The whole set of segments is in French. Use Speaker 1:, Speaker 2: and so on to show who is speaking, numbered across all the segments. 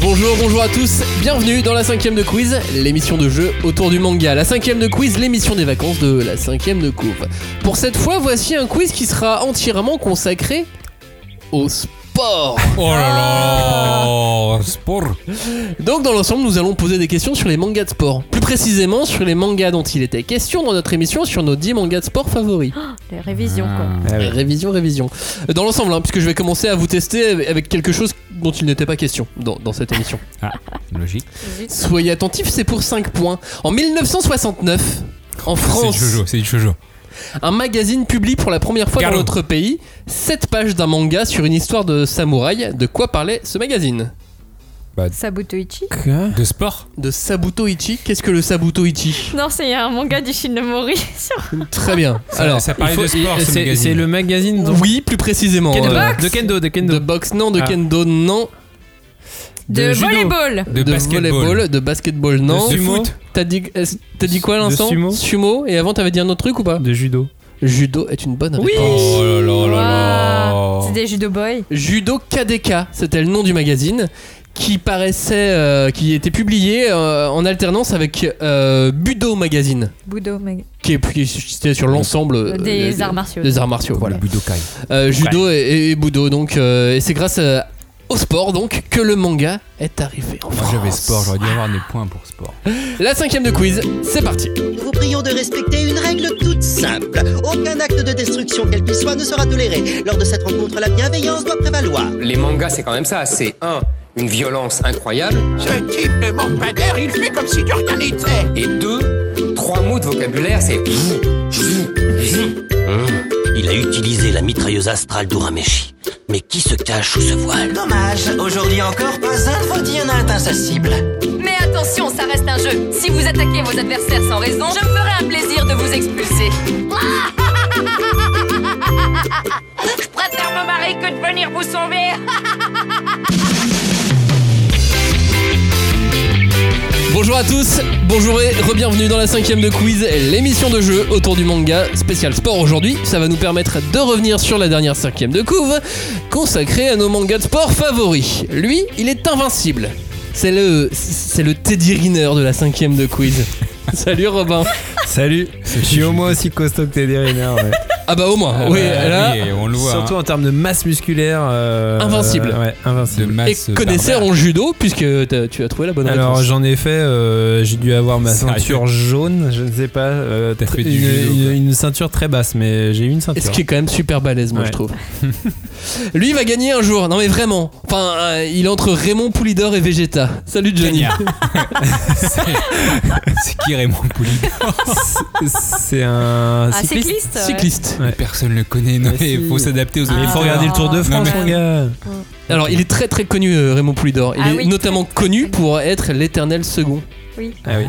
Speaker 1: Bonjour, bonjour à tous, bienvenue dans la cinquième de quiz, l'émission de jeu autour du manga. La cinquième de quiz, l'émission des vacances de la cinquième de couve. Pour cette fois, voici un quiz qui sera entièrement consacré au sport.
Speaker 2: Oh là là Sport
Speaker 1: Donc dans l'ensemble, nous allons poser des questions sur les mangas de sport. Plus précisément, sur les mangas dont il était question dans notre émission sur nos 10 mangas de sport favoris.
Speaker 3: Les révisions, quoi.
Speaker 2: Ah.
Speaker 1: Révision, révision. Euh, Dans l'ensemble, hein, puisque je vais commencer à vous tester avec- avec quelque chose dont il n'était pas question dans, dans cette émission.
Speaker 2: Logique.
Speaker 3: Zut.
Speaker 1: Soyez attentifs, c'est pour 5 points. En 1969, en
Speaker 2: C'est
Speaker 1: France,
Speaker 2: du Jojo, c'est du Jojo.
Speaker 1: un magazine publie pour la première fois dans
Speaker 2: Garou.
Speaker 1: notre pays 7 pages d'un manga sur une histoire de samouraï. De quoi parlait ce magazine
Speaker 3: Sabutoichi
Speaker 2: De sport
Speaker 1: De Sabuto Ichi. Qu'est-ce que le Sabuto Ichi
Speaker 3: Non, c'est un manga du Shinomori. sur-
Speaker 1: Très bien.
Speaker 2: Ça-
Speaker 1: Alors,
Speaker 2: ça parlait
Speaker 4: Il faut-
Speaker 2: de sport,
Speaker 4: il-
Speaker 2: ce
Speaker 4: c'est,
Speaker 2: Ah, magazine.
Speaker 4: c'est le magazine dont-
Speaker 1: oui, plus précisément.
Speaker 4: Kendo,
Speaker 1: euh,
Speaker 4: de Kendo, de Kendo.
Speaker 1: de boxe, non, de
Speaker 4: Ah.
Speaker 1: kendo, non.
Speaker 3: De,
Speaker 4: De judo.
Speaker 3: volleyball.
Speaker 2: De, basketball.
Speaker 1: volleyball, de basketball, non.
Speaker 2: De
Speaker 4: Sumo.
Speaker 2: foot
Speaker 1: T'as dit, est-ce- t'as dit quoi à
Speaker 4: De
Speaker 1: l'instant
Speaker 4: sumo.
Speaker 1: Et avant, t'avais dit un autre truc ou pas
Speaker 4: De judo.
Speaker 1: Judo est une bonne réponse.
Speaker 2: Oh là là là
Speaker 3: Waouh. C'est
Speaker 2: là
Speaker 3: des judo boys.
Speaker 1: Judo KDK, c'était le nom du magazine, qui paraissait, euh, qui était publié euh, en alternance avec euh, Budo Magazine,
Speaker 3: Budo, mag-
Speaker 1: qui est qui était sur l'ensemble euh,
Speaker 3: Des arts martiaux.
Speaker 1: Des arts martiaux, voilà.
Speaker 2: Le Budokai.
Speaker 1: Euh, judo et, et Budo, donc, euh, et c'est grâce à- au sport donc que le manga est arrivé en
Speaker 2: Moi
Speaker 1: France.
Speaker 2: j'avais sport, j'aurais dû avoir des points pour sport.
Speaker 1: La cinquième de quiz, c'est parti.
Speaker 5: Nous vous prions de respecter une règle toute simple. Aucun acte de destruction, quel qu'il soit, ne sera toléré. Lors de cette rencontre, la bienveillance doit prévaloir.
Speaker 6: Les mangas, c'est quand même ça. C'est un, une violence incroyable.
Speaker 7: Ce type ne manque pas d'air, il fait comme si de rien n'était.
Speaker 6: Et deux, trois mots de vocabulaire, c'est.
Speaker 8: Il a utilisé la mitrailleuse astrale d'Urameshi. Mais qui se cache sous ce voile
Speaker 5: Dommage, aujourd'hui encore, pas un faudi en a atteint sa cible.
Speaker 9: Mais attention, ça reste un jeu. Si vous attaquez vos adversaires sans raison, je me ferai un plaisir de vous expulser. je préfère me marier que de venir vous sauver.
Speaker 1: Bonjour à tous, bonjour et re-bienvenue dans la cinquième de quiz, l'émission de jeu autour du manga spécial sport aujourd'hui. Ça va nous permettre de revenir sur la dernière cinquième de couve consacrée à nos mangas de sport favoris. Lui, il est invincible. C'est le, c'est le Teddy Riner de la cinquième de quiz. Salut Robin.
Speaker 4: Salut. Je suis au moins aussi costaud que Teddy Riner. ouais.
Speaker 1: Ah bah au moins,
Speaker 2: Ah
Speaker 1: oui,
Speaker 2: bah,
Speaker 1: là.
Speaker 2: oui, on le voit.
Speaker 4: Surtout
Speaker 2: hein.
Speaker 4: en termes de masse musculaire. euh,
Speaker 1: Invincible.
Speaker 4: Ouais,
Speaker 2: de
Speaker 4: invincible.
Speaker 1: Et
Speaker 2: masse.
Speaker 1: connaisseur
Speaker 2: barbare.
Speaker 1: en judo, puisque t'as- tu as trouvé la bonne
Speaker 4: Alors
Speaker 1: réponse.
Speaker 4: j'en ai fait, euh, j'ai dû avoir ma
Speaker 2: Sérieux
Speaker 4: ceinture jaune, je ne sais pas, euh,
Speaker 2: T'as
Speaker 4: tr-
Speaker 2: fait
Speaker 4: une,
Speaker 2: du judo,
Speaker 4: une-
Speaker 2: quoi.
Speaker 4: une ceinture très basse, mais j'ai eu une
Speaker 1: Et
Speaker 4: ceinture.
Speaker 1: ce qui est quand même super balèze, moi,
Speaker 4: Ouais.
Speaker 1: je trouve. Lui, il va gagner un jour. Non, mais vraiment. Enfin, euh, il est entre Raymond Poulidor et Vegeta. Salut, Johnny.
Speaker 2: Cagnard. C'est- C'est qui Raymond Pouli
Speaker 4: C'est un
Speaker 3: Ah,
Speaker 4: cycliste.
Speaker 3: cycliste ouais.
Speaker 1: Cycliste.
Speaker 4: Ouais.
Speaker 2: Personne le connaît, non,
Speaker 4: Mais
Speaker 2: mais
Speaker 4: si.
Speaker 2: faut s'adapter aux
Speaker 3: Ah.
Speaker 4: Il
Speaker 2: auditeurs.
Speaker 4: faut regarder le Tour de
Speaker 3: Non,
Speaker 4: France,
Speaker 2: mais-
Speaker 4: mon gars.
Speaker 1: Alors, il est très très connu, euh, Raymond Poulidor. Il
Speaker 3: Ah
Speaker 1: est
Speaker 3: oui,
Speaker 1: notamment
Speaker 3: très, très
Speaker 1: connu
Speaker 3: connu.
Speaker 1: pour être l'éternel second.
Speaker 3: Oui.
Speaker 4: Ah oui.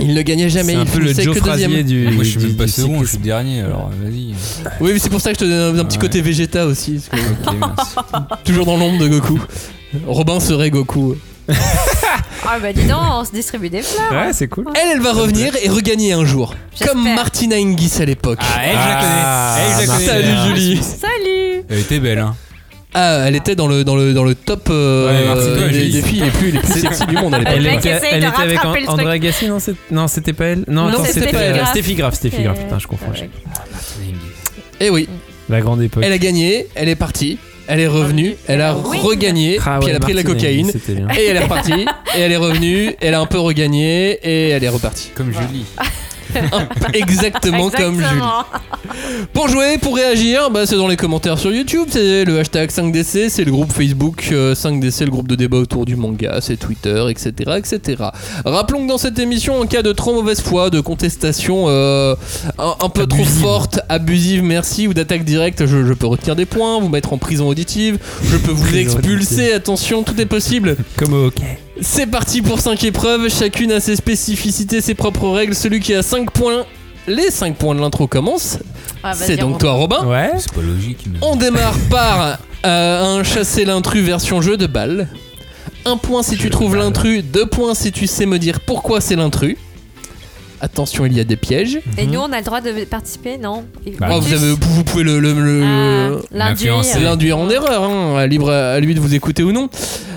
Speaker 1: Il ne gagnait jamais.
Speaker 4: C'est un
Speaker 1: il
Speaker 4: peu le
Speaker 1: finissait
Speaker 4: Joe
Speaker 1: que deuxième.
Speaker 4: Frazier du.
Speaker 2: Moi je suis
Speaker 4: du-
Speaker 2: même pas
Speaker 4: du
Speaker 2: second, je
Speaker 4: cyclisme.
Speaker 2: suis le dernier, alors vas-y.
Speaker 1: Oui, mais c'est pour ça que je te donne un, un petit
Speaker 2: Ouais.
Speaker 1: côté Vegeta aussi. parce
Speaker 2: Ok, mince.
Speaker 1: que- toujours dans l'ombre de Goku. Robin serait Goku.
Speaker 3: Ah bah dis donc, on se distribue des fleurs.
Speaker 4: Ah, Ouais, c'est cool.
Speaker 1: Elle, elle va revenir et regagner un jour.
Speaker 3: J'espère.
Speaker 1: Comme Martina Hingis à l'époque.
Speaker 2: Ah, elle, je
Speaker 4: Ah,
Speaker 2: la connais. Elle, je la connais.
Speaker 1: Salut
Speaker 2: Ah.
Speaker 1: Julie.
Speaker 3: Salut
Speaker 2: Elle était belle, hein.
Speaker 1: Ah, elle était dans le, dans le, dans le top euh,
Speaker 2: Ouais, merci, toi,
Speaker 1: des,
Speaker 2: Julie.
Speaker 1: des filles les plus, les plus sexy du monde à l'époque.
Speaker 3: Le
Speaker 4: Elle
Speaker 3: mec
Speaker 4: était,
Speaker 3: essaye
Speaker 4: elle
Speaker 3: de
Speaker 4: était avec
Speaker 3: rattraper le
Speaker 4: André Agassi, non, c'est- non, c'était pas elle. Non,
Speaker 3: Non,
Speaker 4: attends,
Speaker 3: c'était
Speaker 4: c'était
Speaker 3: Stéphie
Speaker 4: euh,
Speaker 3: Graff.
Speaker 4: Stéphie Graff, Stéphie Graff.
Speaker 3: Euh,
Speaker 4: Putain, je confonds.
Speaker 3: ouais.
Speaker 1: Et Eh oui,
Speaker 4: La grande époque.
Speaker 1: elle a gagné, elle est partie, elle est revenue, elle a
Speaker 3: Oui.
Speaker 1: regagné,
Speaker 4: Ah
Speaker 1: puis
Speaker 4: ouais,
Speaker 1: elle a pris de la
Speaker 4: Martine,
Speaker 1: cocaïne.
Speaker 4: c'était bien.
Speaker 1: Et elle est repartie, et elle est revenue, elle a un peu regagné, et elle est repartie.
Speaker 2: Comme Julie.
Speaker 1: Un- Exactement, comme Julie.
Speaker 3: Ah,
Speaker 1: Pour jouer, pour réagir, bah, c'est dans les commentaires sur YouTube, c'est le hashtag 5DC, c'est le groupe Facebook euh, 5DC, le groupe de débat autour du manga, c'est Twitter, etc., etc. Rappelons que dans cette émission, en cas de trop mauvaise foi, de contestation euh, un, un peu
Speaker 4: Abusive.
Speaker 1: trop forte, abusive, merci, ou d'attaque directe, je, je peux retenir des points, vous mettre en prison auditive, je peux vous
Speaker 4: Prison
Speaker 1: expulser, attention, tout est possible.
Speaker 4: Comme au hockey.
Speaker 1: C'est parti pour 5 épreuves, chacune a ses spécificités, ses propres rèles. Celui qui a 5 points, les 5 points de l'intro commencent.
Speaker 3: Ah, vas-y,
Speaker 1: C'est donc
Speaker 3: on-
Speaker 1: toi Robin.
Speaker 4: Ouais.
Speaker 2: C'est pas logique. mais-
Speaker 1: On démarre par euh, un chasser l'intrus version jeu de balle. Un point si tu trouves l'intrus, deux points si tu sais me dire pourquoi c'est l'intrus. Attention, il y a des pièges.
Speaker 3: Et nous, on a le droit de participer, non Et-
Speaker 2: Bah,
Speaker 1: Ah, vous, avez- euh, vous pouvez le- le- le,
Speaker 3: Ah, l'induire.
Speaker 2: l'influencer.
Speaker 1: C'est l'induire en erreur, hein. À libre à à lui de vous écouter ou non.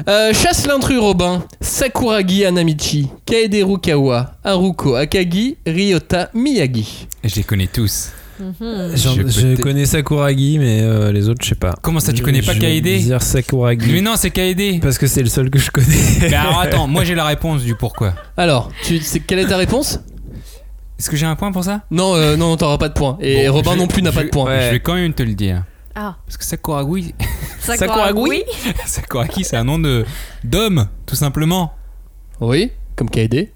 Speaker 1: Euh, chasse l'intrus Robin, Sakuragi Anamichi, Kaederu Kawa, Haruko Akagi, Ryota Miyagi.
Speaker 2: Je les connais tous.
Speaker 3: Mhm.
Speaker 4: J'en-
Speaker 2: Je peux
Speaker 4: Je
Speaker 2: te-
Speaker 4: connais Sakuragi, mais euh, les autres, je sais pas.
Speaker 2: Comment ça, tu
Speaker 4: Je-
Speaker 2: connais pas
Speaker 4: je
Speaker 2: Kaede
Speaker 4: vais dire Sakuragi.
Speaker 2: Mais non, c'est Kaede.
Speaker 4: Parce que c'est le seul que je connais.
Speaker 2: Mais alors attends, moi j'ai la réponse du pourquoi.
Speaker 1: Alors, tu sais, quelle est ta réponse
Speaker 2: Est-ce que j'ai un point pour ça
Speaker 1: Non, euh, non, t'auras pas de point. Et
Speaker 2: Bon,
Speaker 1: Robin
Speaker 2: je-
Speaker 1: non plus n'a
Speaker 2: je-
Speaker 1: pas de point.
Speaker 2: Je vais quand même te le dire.
Speaker 3: Ah,
Speaker 2: Parce que Sakuragi,
Speaker 3: Sakuragui
Speaker 2: Sakuragi c'est un nom de d'homme, tout simplement.
Speaker 1: Oui, comme Kaede.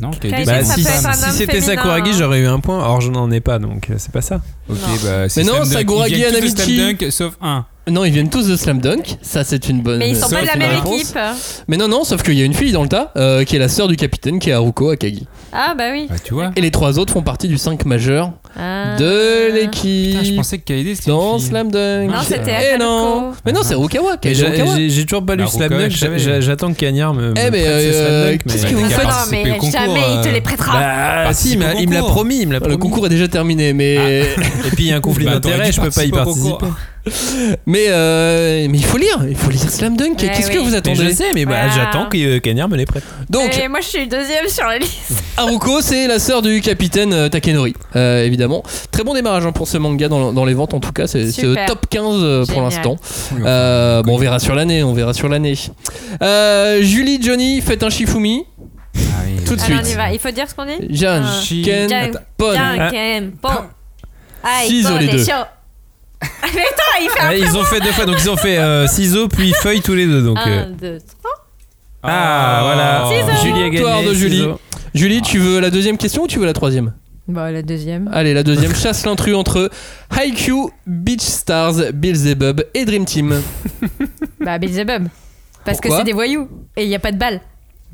Speaker 2: Non, Kaede,
Speaker 3: Kaede,
Speaker 2: c'est
Speaker 4: Bah,
Speaker 3: ça
Speaker 4: si
Speaker 3: peut être un
Speaker 4: si
Speaker 3: homme
Speaker 4: c'était
Speaker 3: féminin,
Speaker 4: Sakuragi,
Speaker 3: hein.
Speaker 4: j'aurais eu un point. Or, je n'en ai pas, donc euh, c'est pas ça.
Speaker 2: Ok,
Speaker 3: Non.
Speaker 2: bah, c'est
Speaker 1: Mais non,
Speaker 2: Slam Dunk.
Speaker 1: Sakuragi
Speaker 2: Ils viennent tous de
Speaker 1: Anamichi.
Speaker 2: Slam Dunk, sauf un.
Speaker 1: Non, ils viennent tous de Slam Dunk. Ça, c'est une bonne.
Speaker 3: Mais ils sont
Speaker 1: euh,
Speaker 3: pas de la
Speaker 1: bonne
Speaker 3: même
Speaker 1: réponse.
Speaker 3: équipe.
Speaker 1: Mais non, non, sauf qu'il y a une fille dans le tas euh, qui est la sœur du capitaine, qui est Haruko Akagi.
Speaker 3: Ah, bah oui.
Speaker 2: Bah, tu vois.
Speaker 1: Et les trois autres font partie du 5 majeur
Speaker 3: Ah.
Speaker 1: de
Speaker 2: Putain, je
Speaker 1: l'équipe.
Speaker 2: pensais que Kaede c'était.
Speaker 1: Dans
Speaker 2: une fille.
Speaker 1: Slam Dunk.
Speaker 3: Non,
Speaker 1: Eh
Speaker 3: c'était
Speaker 1: non
Speaker 3: Haruko.
Speaker 1: Mais non, c'est Rukawa.
Speaker 4: Et
Speaker 1: Kaede
Speaker 4: J'ai
Speaker 1: Rukawa.
Speaker 4: j'ai- j'ai toujours pas lu
Speaker 2: Bah,
Speaker 4: Slam
Speaker 2: Rukawa,
Speaker 4: Dunk.
Speaker 2: je savais.
Speaker 4: j'a- J'attends qu'Agnard me. me
Speaker 1: Eh, mais,
Speaker 4: prête ce Slam
Speaker 1: euh,
Speaker 4: Dunk, mais-
Speaker 1: qu'est-ce que vous
Speaker 2: Qui a
Speaker 1: faites
Speaker 3: Non,
Speaker 2: participé
Speaker 3: mais
Speaker 2: au concours,
Speaker 3: jamais il te
Speaker 2: euh,
Speaker 3: les prêtera.
Speaker 4: Bah,
Speaker 2: participe
Speaker 4: si, mais
Speaker 2: au
Speaker 4: il me l'a
Speaker 2: concours.
Speaker 4: promis, il me l'a
Speaker 1: Le
Speaker 4: promis. Ah.
Speaker 1: concours est déjà terminé, mais
Speaker 4: Et puis il y a un conflit
Speaker 2: Bah,
Speaker 4: d'intérêt,
Speaker 2: t'aurais
Speaker 4: je
Speaker 2: dû
Speaker 4: peux pas y
Speaker 2: participer au
Speaker 4: participer.
Speaker 2: concours.
Speaker 1: mais euh, mais il faut lire, il faut lire Slam Dunk.
Speaker 3: Eh
Speaker 1: Qu'est-ce
Speaker 3: oui.
Speaker 1: que vous
Speaker 4: Mais
Speaker 1: attendez
Speaker 4: je sais, mais bah,
Speaker 3: Voilà.
Speaker 4: j'attends que euh, Cagnard me les prête.
Speaker 1: Donc
Speaker 3: Et moi, je suis deuxième sur la liste.
Speaker 1: Haruko, c'est la sœur du capitaine euh, Takenori, euh, évidemment. Très bon démarrage hein, pour ce manga dans, dans les ventes en tout cas, c'est c'est, euh,
Speaker 3: Super.
Speaker 1: top 15 euh, pour
Speaker 3: Génial.
Speaker 1: l'instant. Euh, bon, on verra sur l'année, on verra sur l'année. Euh, Julie, Johnny, faites un Shifumi
Speaker 2: Ah oui.
Speaker 1: tout de
Speaker 3: Alors, on y
Speaker 1: suite.
Speaker 3: va. Il faut dire ce qu'on dit
Speaker 1: Jan,
Speaker 3: Ah.
Speaker 1: Ken,
Speaker 3: Jan,
Speaker 1: Pon.
Speaker 3: Tiens, bon. Aïe,
Speaker 1: Ciseaux,
Speaker 3: bon,
Speaker 1: les
Speaker 3: t'es
Speaker 1: deux.
Speaker 3: chaud. Mais attends, il fait un
Speaker 4: Ouais, ils ont fait deux fois, donc ils ont fait euh, ciseaux puis feuille tous les deux. Donc, euh,
Speaker 3: Un, deux, trois.
Speaker 4: Ah, voilà.
Speaker 3: Ciseaux.
Speaker 4: Julie a
Speaker 1: Victoire
Speaker 4: gagné.
Speaker 1: de Julie.
Speaker 4: ciseaux.
Speaker 1: Julie, tu veux la deuxième question ou tu veux la troisième
Speaker 3: Bah, la deuxième.
Speaker 1: Allez, la deuxième chasse l'intrus entre Haikyuu, Beach Stars, Beelzebub et Dream Team.
Speaker 3: Bah, Beelzebub. Parce que
Speaker 1: Pourquoi
Speaker 3: c'est des voyous. Et il n'y a pas de balle.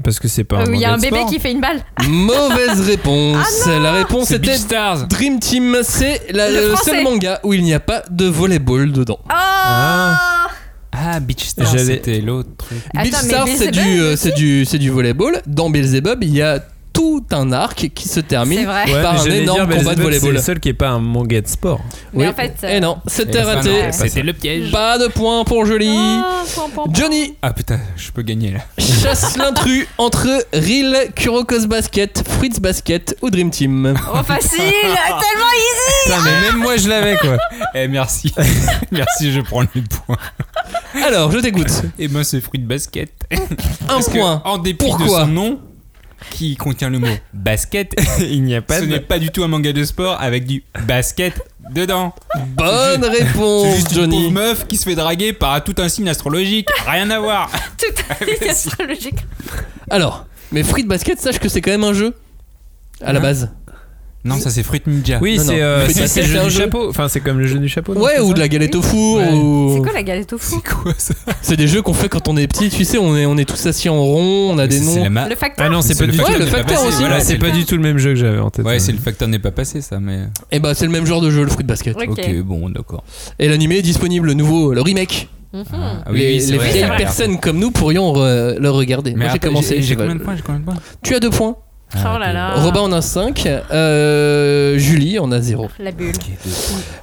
Speaker 4: Parce que c'est pas un
Speaker 3: Euh, Il y a
Speaker 4: manga
Speaker 3: un
Speaker 4: de
Speaker 3: bébé
Speaker 4: Bah, sport.
Speaker 3: qui fait une balle.
Speaker 1: Mauvaise réponse.
Speaker 3: Ah
Speaker 1: la réponse
Speaker 2: C'est
Speaker 1: était
Speaker 2: Beach Stars.
Speaker 1: Dream Team. C'est la-
Speaker 3: Le
Speaker 1: le, seul
Speaker 3: français.
Speaker 1: manga où il n'y a pas de volleyball dedans.
Speaker 3: Oh
Speaker 4: Ah.
Speaker 2: Ah, Beach Stars.
Speaker 4: J'avais-
Speaker 2: C'était l'autre truc.
Speaker 3: Attends,
Speaker 1: Beach
Speaker 3: mais
Speaker 1: Stars, c'est
Speaker 3: Beelzebub
Speaker 1: du, euh,
Speaker 3: aussi
Speaker 1: c'est du, c'est du volleyball. Dans Beelzebub, il y a tout un arc qui se termine
Speaker 3: C'est vrai.
Speaker 4: Ouais,
Speaker 1: par
Speaker 4: mais
Speaker 1: un
Speaker 4: j'allais
Speaker 1: énorme
Speaker 4: dire, mais
Speaker 1: combat de
Speaker 4: Beelzebub, C'est
Speaker 1: volleyball.
Speaker 4: le seul qui est pas un manga de sport.
Speaker 3: Mais
Speaker 1: Oui.
Speaker 3: en fait.
Speaker 1: Eh non, c'était
Speaker 2: Et ça,
Speaker 1: raté.
Speaker 2: non, C'était le piège.
Speaker 1: Pas de point pour Jolie.
Speaker 3: Ah, pom, pom, pom.
Speaker 1: Johnny,
Speaker 2: Ah putain, je peux gagner là.
Speaker 1: chasse l'intrus entre Real, Kurokos Basket, Fritz Basket ou Dream Team.
Speaker 3: Oh, facile Tellement easy
Speaker 4: Putain, mais même moi je l'avais quoi.
Speaker 2: Eh merci. Ah. merci, je prends les points.
Speaker 1: Alors, je t'écoute.
Speaker 2: Eh ben c'est fruit de basket.
Speaker 1: Un
Speaker 2: Parce que,
Speaker 1: point.
Speaker 2: en dépit
Speaker 1: Pourquoi
Speaker 2: de son nom qui contient le mot basket,
Speaker 4: Il n'y a pas
Speaker 2: ce
Speaker 4: de.
Speaker 2: n'est pas du tout un manga de sport avec du basket dedans.
Speaker 1: Bonne
Speaker 2: C'est
Speaker 1: réponse,
Speaker 2: juste une
Speaker 1: Oh, Johnny.
Speaker 2: pauvre meuf qui se fait draguer par tout un signe astrologique, rien à voir.
Speaker 3: Tout est astrologique.
Speaker 1: Alors, mais Fruit Basket, sache que c'est quand même un jeu. À la
Speaker 2: Hein
Speaker 1: base.
Speaker 2: Non, ça c'est Fruit Ninja.
Speaker 4: Oui,
Speaker 1: Non, non.
Speaker 4: c'est euh,
Speaker 1: Mais
Speaker 4: c'est-
Speaker 1: c'est-
Speaker 4: c'est
Speaker 1: c'est
Speaker 4: le
Speaker 1: un
Speaker 4: jeu du
Speaker 1: jeu.
Speaker 4: chapeau. Enfin, c'est comme le jeu du chapeau. non,
Speaker 1: Ouais,
Speaker 4: c'est
Speaker 1: ou
Speaker 4: ça
Speaker 1: de la galette au four.
Speaker 4: Ouais.
Speaker 3: C'est
Speaker 1: Ou...
Speaker 3: quoi la galette au fou
Speaker 2: C'est quoi ça
Speaker 1: C'est des jeux qu'on fait quand on est petit. Tu sais, on est, on est tous assis en rond, on a des
Speaker 2: C'est- c'est
Speaker 1: noms.
Speaker 2: la ma-
Speaker 3: Le facteur
Speaker 4: Ah non, c'est pas
Speaker 2: le
Speaker 4: du tout.
Speaker 1: facteur. Ouais,
Speaker 2: n'est
Speaker 1: le
Speaker 2: pas passé,
Speaker 1: aussi,
Speaker 2: voilà,
Speaker 1: ouais.
Speaker 4: Là, c'est pas du tout le même jeu que j'avais en tête.
Speaker 2: Ouais, c'est le facteur n'est pas passé ça, mais.
Speaker 1: Et bah, c'est le même genre de jeu, le Fruit Basket.
Speaker 3: Ok.
Speaker 2: ok, bon, d'accord.
Speaker 1: Et l'animé est disponible, le nouveau, le remake.
Speaker 3: Mhm.
Speaker 2: Ah oui,
Speaker 1: les
Speaker 2: oui, c'est
Speaker 1: les
Speaker 2: vrai,
Speaker 1: vieilles
Speaker 2: c'est vrai.
Speaker 1: personnes comme nous pourrions euh, le regarder.
Speaker 2: Mais
Speaker 1: Moi, j'ai
Speaker 2: après,
Speaker 1: commencé.
Speaker 2: j'ai- J'ai
Speaker 1: je sais
Speaker 2: combien
Speaker 1: pas.
Speaker 2: de points J'ai combien de points
Speaker 1: Tu as deux points.
Speaker 3: Oh là là.
Speaker 1: Robin en a 5. Julie en a 0.
Speaker 3: La bulle.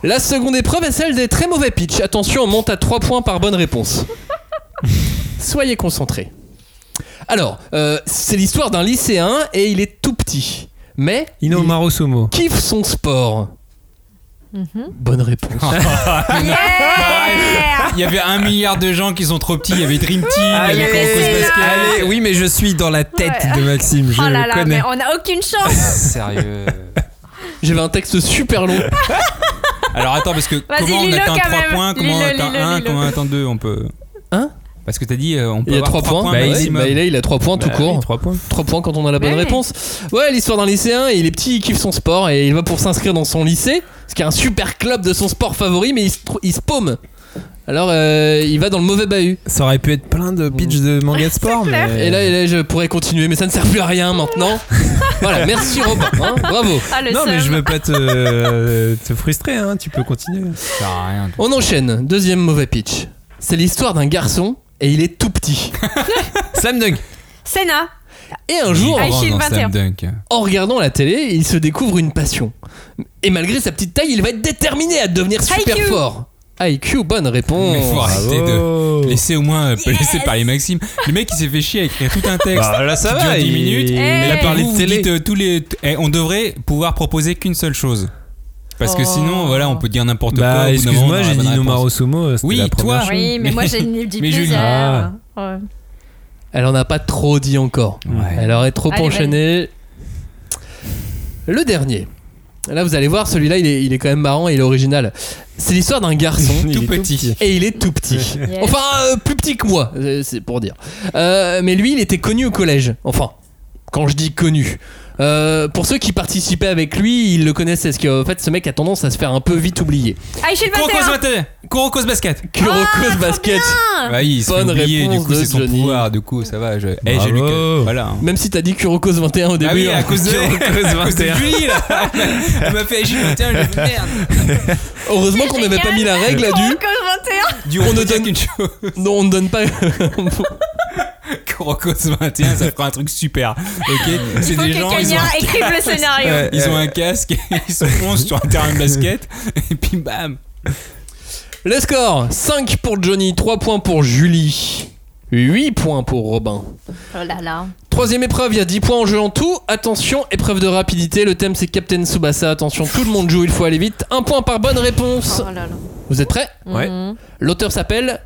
Speaker 1: La seconde épreuve est celle des très mauvais pitchs. Attention, on monte à 3 points par bonne réponse. Soyez concentrés. Alors, euh, c'est l'histoire d'un lycéen et il est tout petit. Mais il
Speaker 4: Inomaru Sumo.
Speaker 1: kiffe son sport. Bonne réponse.
Speaker 3: Yeah
Speaker 2: Il y avait un milliard de gens qui sont trop petits, il y avait Dream Team,
Speaker 4: Ah,
Speaker 2: il y
Speaker 3: il y avait
Speaker 2: avait Campus
Speaker 3: Cena.
Speaker 2: Basket.
Speaker 4: Allez, oui, mais je suis dans la tête
Speaker 3: Ouais.
Speaker 4: de Maxime. Je
Speaker 3: Oh là
Speaker 4: le
Speaker 3: là, mais
Speaker 4: connais.
Speaker 3: on a aucune chance
Speaker 2: Sérieux.
Speaker 1: J'avais un texte super long.
Speaker 2: Alors attends, parce que
Speaker 3: Vas-y,
Speaker 2: comment on
Speaker 3: lis-le
Speaker 2: atteint
Speaker 3: quand
Speaker 2: 3
Speaker 3: même.
Speaker 2: points, comment on
Speaker 3: Lis-le,
Speaker 2: atteint
Speaker 3: lis-le,
Speaker 2: 1,
Speaker 3: lis-le.
Speaker 2: comment on atteint 2, on peut.
Speaker 1: Hein
Speaker 2: Parce que t'as dit, euh, on peut
Speaker 1: Il y a 3
Speaker 2: avoir
Speaker 1: points.
Speaker 2: points
Speaker 1: Bah, oui,
Speaker 2: maximum.
Speaker 1: bah, il a- il a 3 points tout
Speaker 4: Bah
Speaker 1: court.
Speaker 4: oui, trois points.
Speaker 1: 3 points quand on a la bonne
Speaker 3: Ouais.
Speaker 1: réponse. Ouais, l'histoire d'un lycéen, il est petit, il kiffe son sport et il va pour s'inscrire dans son lycée, ce qui est un super club de son sport favori, mais il se, trou- il se paume. Alors euh, il va dans le mauvais bahut.
Speaker 4: Ça aurait pu être plein de pitch de manga de sport, mais.
Speaker 1: Et là, et là, je pourrais continuer, mais ça ne sert plus à rien maintenant. voilà, merci Robin, hein, bravo.
Speaker 3: Ah, le
Speaker 4: Non, mais je
Speaker 3: seum.
Speaker 4: veux pas te, euh, te frustrer, hein, tu peux continuer.
Speaker 2: Ça sert à rien.
Speaker 1: On enchaîne, deuxième mauvais pitch. C'est l'histoire d'un garçon et il est tout petit.
Speaker 4: Slam Dunk
Speaker 3: Senna
Speaker 1: Et un jour,
Speaker 3: Ah, Achille,
Speaker 2: Orange dans
Speaker 3: 21.
Speaker 2: Slam Dunk.
Speaker 1: en regardant la télé, il se découvre une passion. Et malgré sa petite taille, il va être déterminé à devenir super
Speaker 3: IQ.
Speaker 1: fort. IQ, bonne réponse.
Speaker 2: Mais faut arrêter de
Speaker 4: Bravo.
Speaker 2: laisser au moins euh, laisser parler Maxime. Le mec il s'est fait chier à écrire tout un texte.
Speaker 4: Bah, là, ça
Speaker 2: qui
Speaker 4: va,
Speaker 2: dure 10
Speaker 4: il-
Speaker 2: minutes.
Speaker 4: il
Speaker 3: a
Speaker 2: Et
Speaker 3: Hey.
Speaker 2: par
Speaker 4: parlé de télé.
Speaker 2: tous les t- eh, on devrait pouvoir proposer qu'une seule chose. Parce que
Speaker 3: Oh.
Speaker 2: sinon voilà, on peut dire n'importe quoi. au
Speaker 4: Bah,
Speaker 2: bout d'un moment, on
Speaker 4: excuse-moi,
Speaker 2: aura
Speaker 4: j'ai
Speaker 2: la
Speaker 4: dit
Speaker 2: bonne réponse.
Speaker 4: Nomaro Sumo. euh, c'était
Speaker 2: Oui,
Speaker 4: la première
Speaker 2: toi.
Speaker 4: chose.
Speaker 3: Oui, mais moi j'ai une du
Speaker 2: Mais Julie.
Speaker 3: plaisir.
Speaker 4: Ah.
Speaker 3: Ouais.
Speaker 1: Elle en a pas trop dit encore.
Speaker 2: Ouais.
Speaker 1: Elle aurait trop
Speaker 3: Allez,
Speaker 1: enchaîné. Le dernier. Là, vous allez voir, celui-là, il est, il est quand même marrant et il est original. C'est l'histoire d'un garçon
Speaker 4: Il est
Speaker 2: tout petit.
Speaker 1: et il est tout petit.
Speaker 3: Yes.
Speaker 1: Enfin, euh, plus petit que moi, euh, c'est pour dire. Euh, mais lui, il était connu au collège. Enfin, quand je dis connu. Euh, pour ceux qui participaient avec lui, ils le connaissaient. Parce qu'en fait, ce mec a tendance à se faire un peu vite oublier.
Speaker 3: Aïchil
Speaker 2: Kurokos
Speaker 3: 21
Speaker 2: Basket. Kurokos Basket.
Speaker 1: Kurokos Basket.
Speaker 2: Bah, il se fait
Speaker 1: Bonne
Speaker 2: oublier, du
Speaker 1: réponse
Speaker 2: coup
Speaker 1: de
Speaker 2: c'est son
Speaker 1: Johnny.
Speaker 2: pouvoir, du coup ça va. Je... Eh, j'ai
Speaker 4: Bravo.
Speaker 2: lu que voilà. hein.
Speaker 1: Même si t'as dit Kurokos 21 au début.
Speaker 2: Ah oui, à
Speaker 1: hein.
Speaker 2: cause de, à cause de
Speaker 4: 21.
Speaker 2: Julie là. Elle m'a fait agir, tiens, j'ai dit, merde.
Speaker 1: Heureusement qu'on n'avait pas mis la règle du.
Speaker 2: Du
Speaker 1: On ne
Speaker 2: on ne
Speaker 1: donne-
Speaker 2: donne qu'une chose.
Speaker 1: Non, on ne donne pas.
Speaker 2: Crocos 21, ça fera un truc super. Ok C'est
Speaker 3: Il faut
Speaker 2: des gens,
Speaker 3: que
Speaker 2: ils ont,
Speaker 3: Kenya écrive le scénario.
Speaker 2: un- ils ont un casque, ils se foncent sur un terrain de basket, et puis bam.
Speaker 1: Le score 5 pour Johnny, 3 points pour Julie, 8 points pour Robin.
Speaker 9: Oh là là.
Speaker 1: Troisième épreuve, il y a 10 points en jeu en tout. Attention, épreuve de rapidité. Le thème c'est Captain Tsubasa. Attention, tout le monde joue, il faut aller vite. Un point par bonne réponse.
Speaker 3: Oh là là.
Speaker 1: Vous êtes prêts
Speaker 4: Ouais.
Speaker 9: Mm-hmm.
Speaker 3: Mhm.
Speaker 1: L'auteur s'appelle.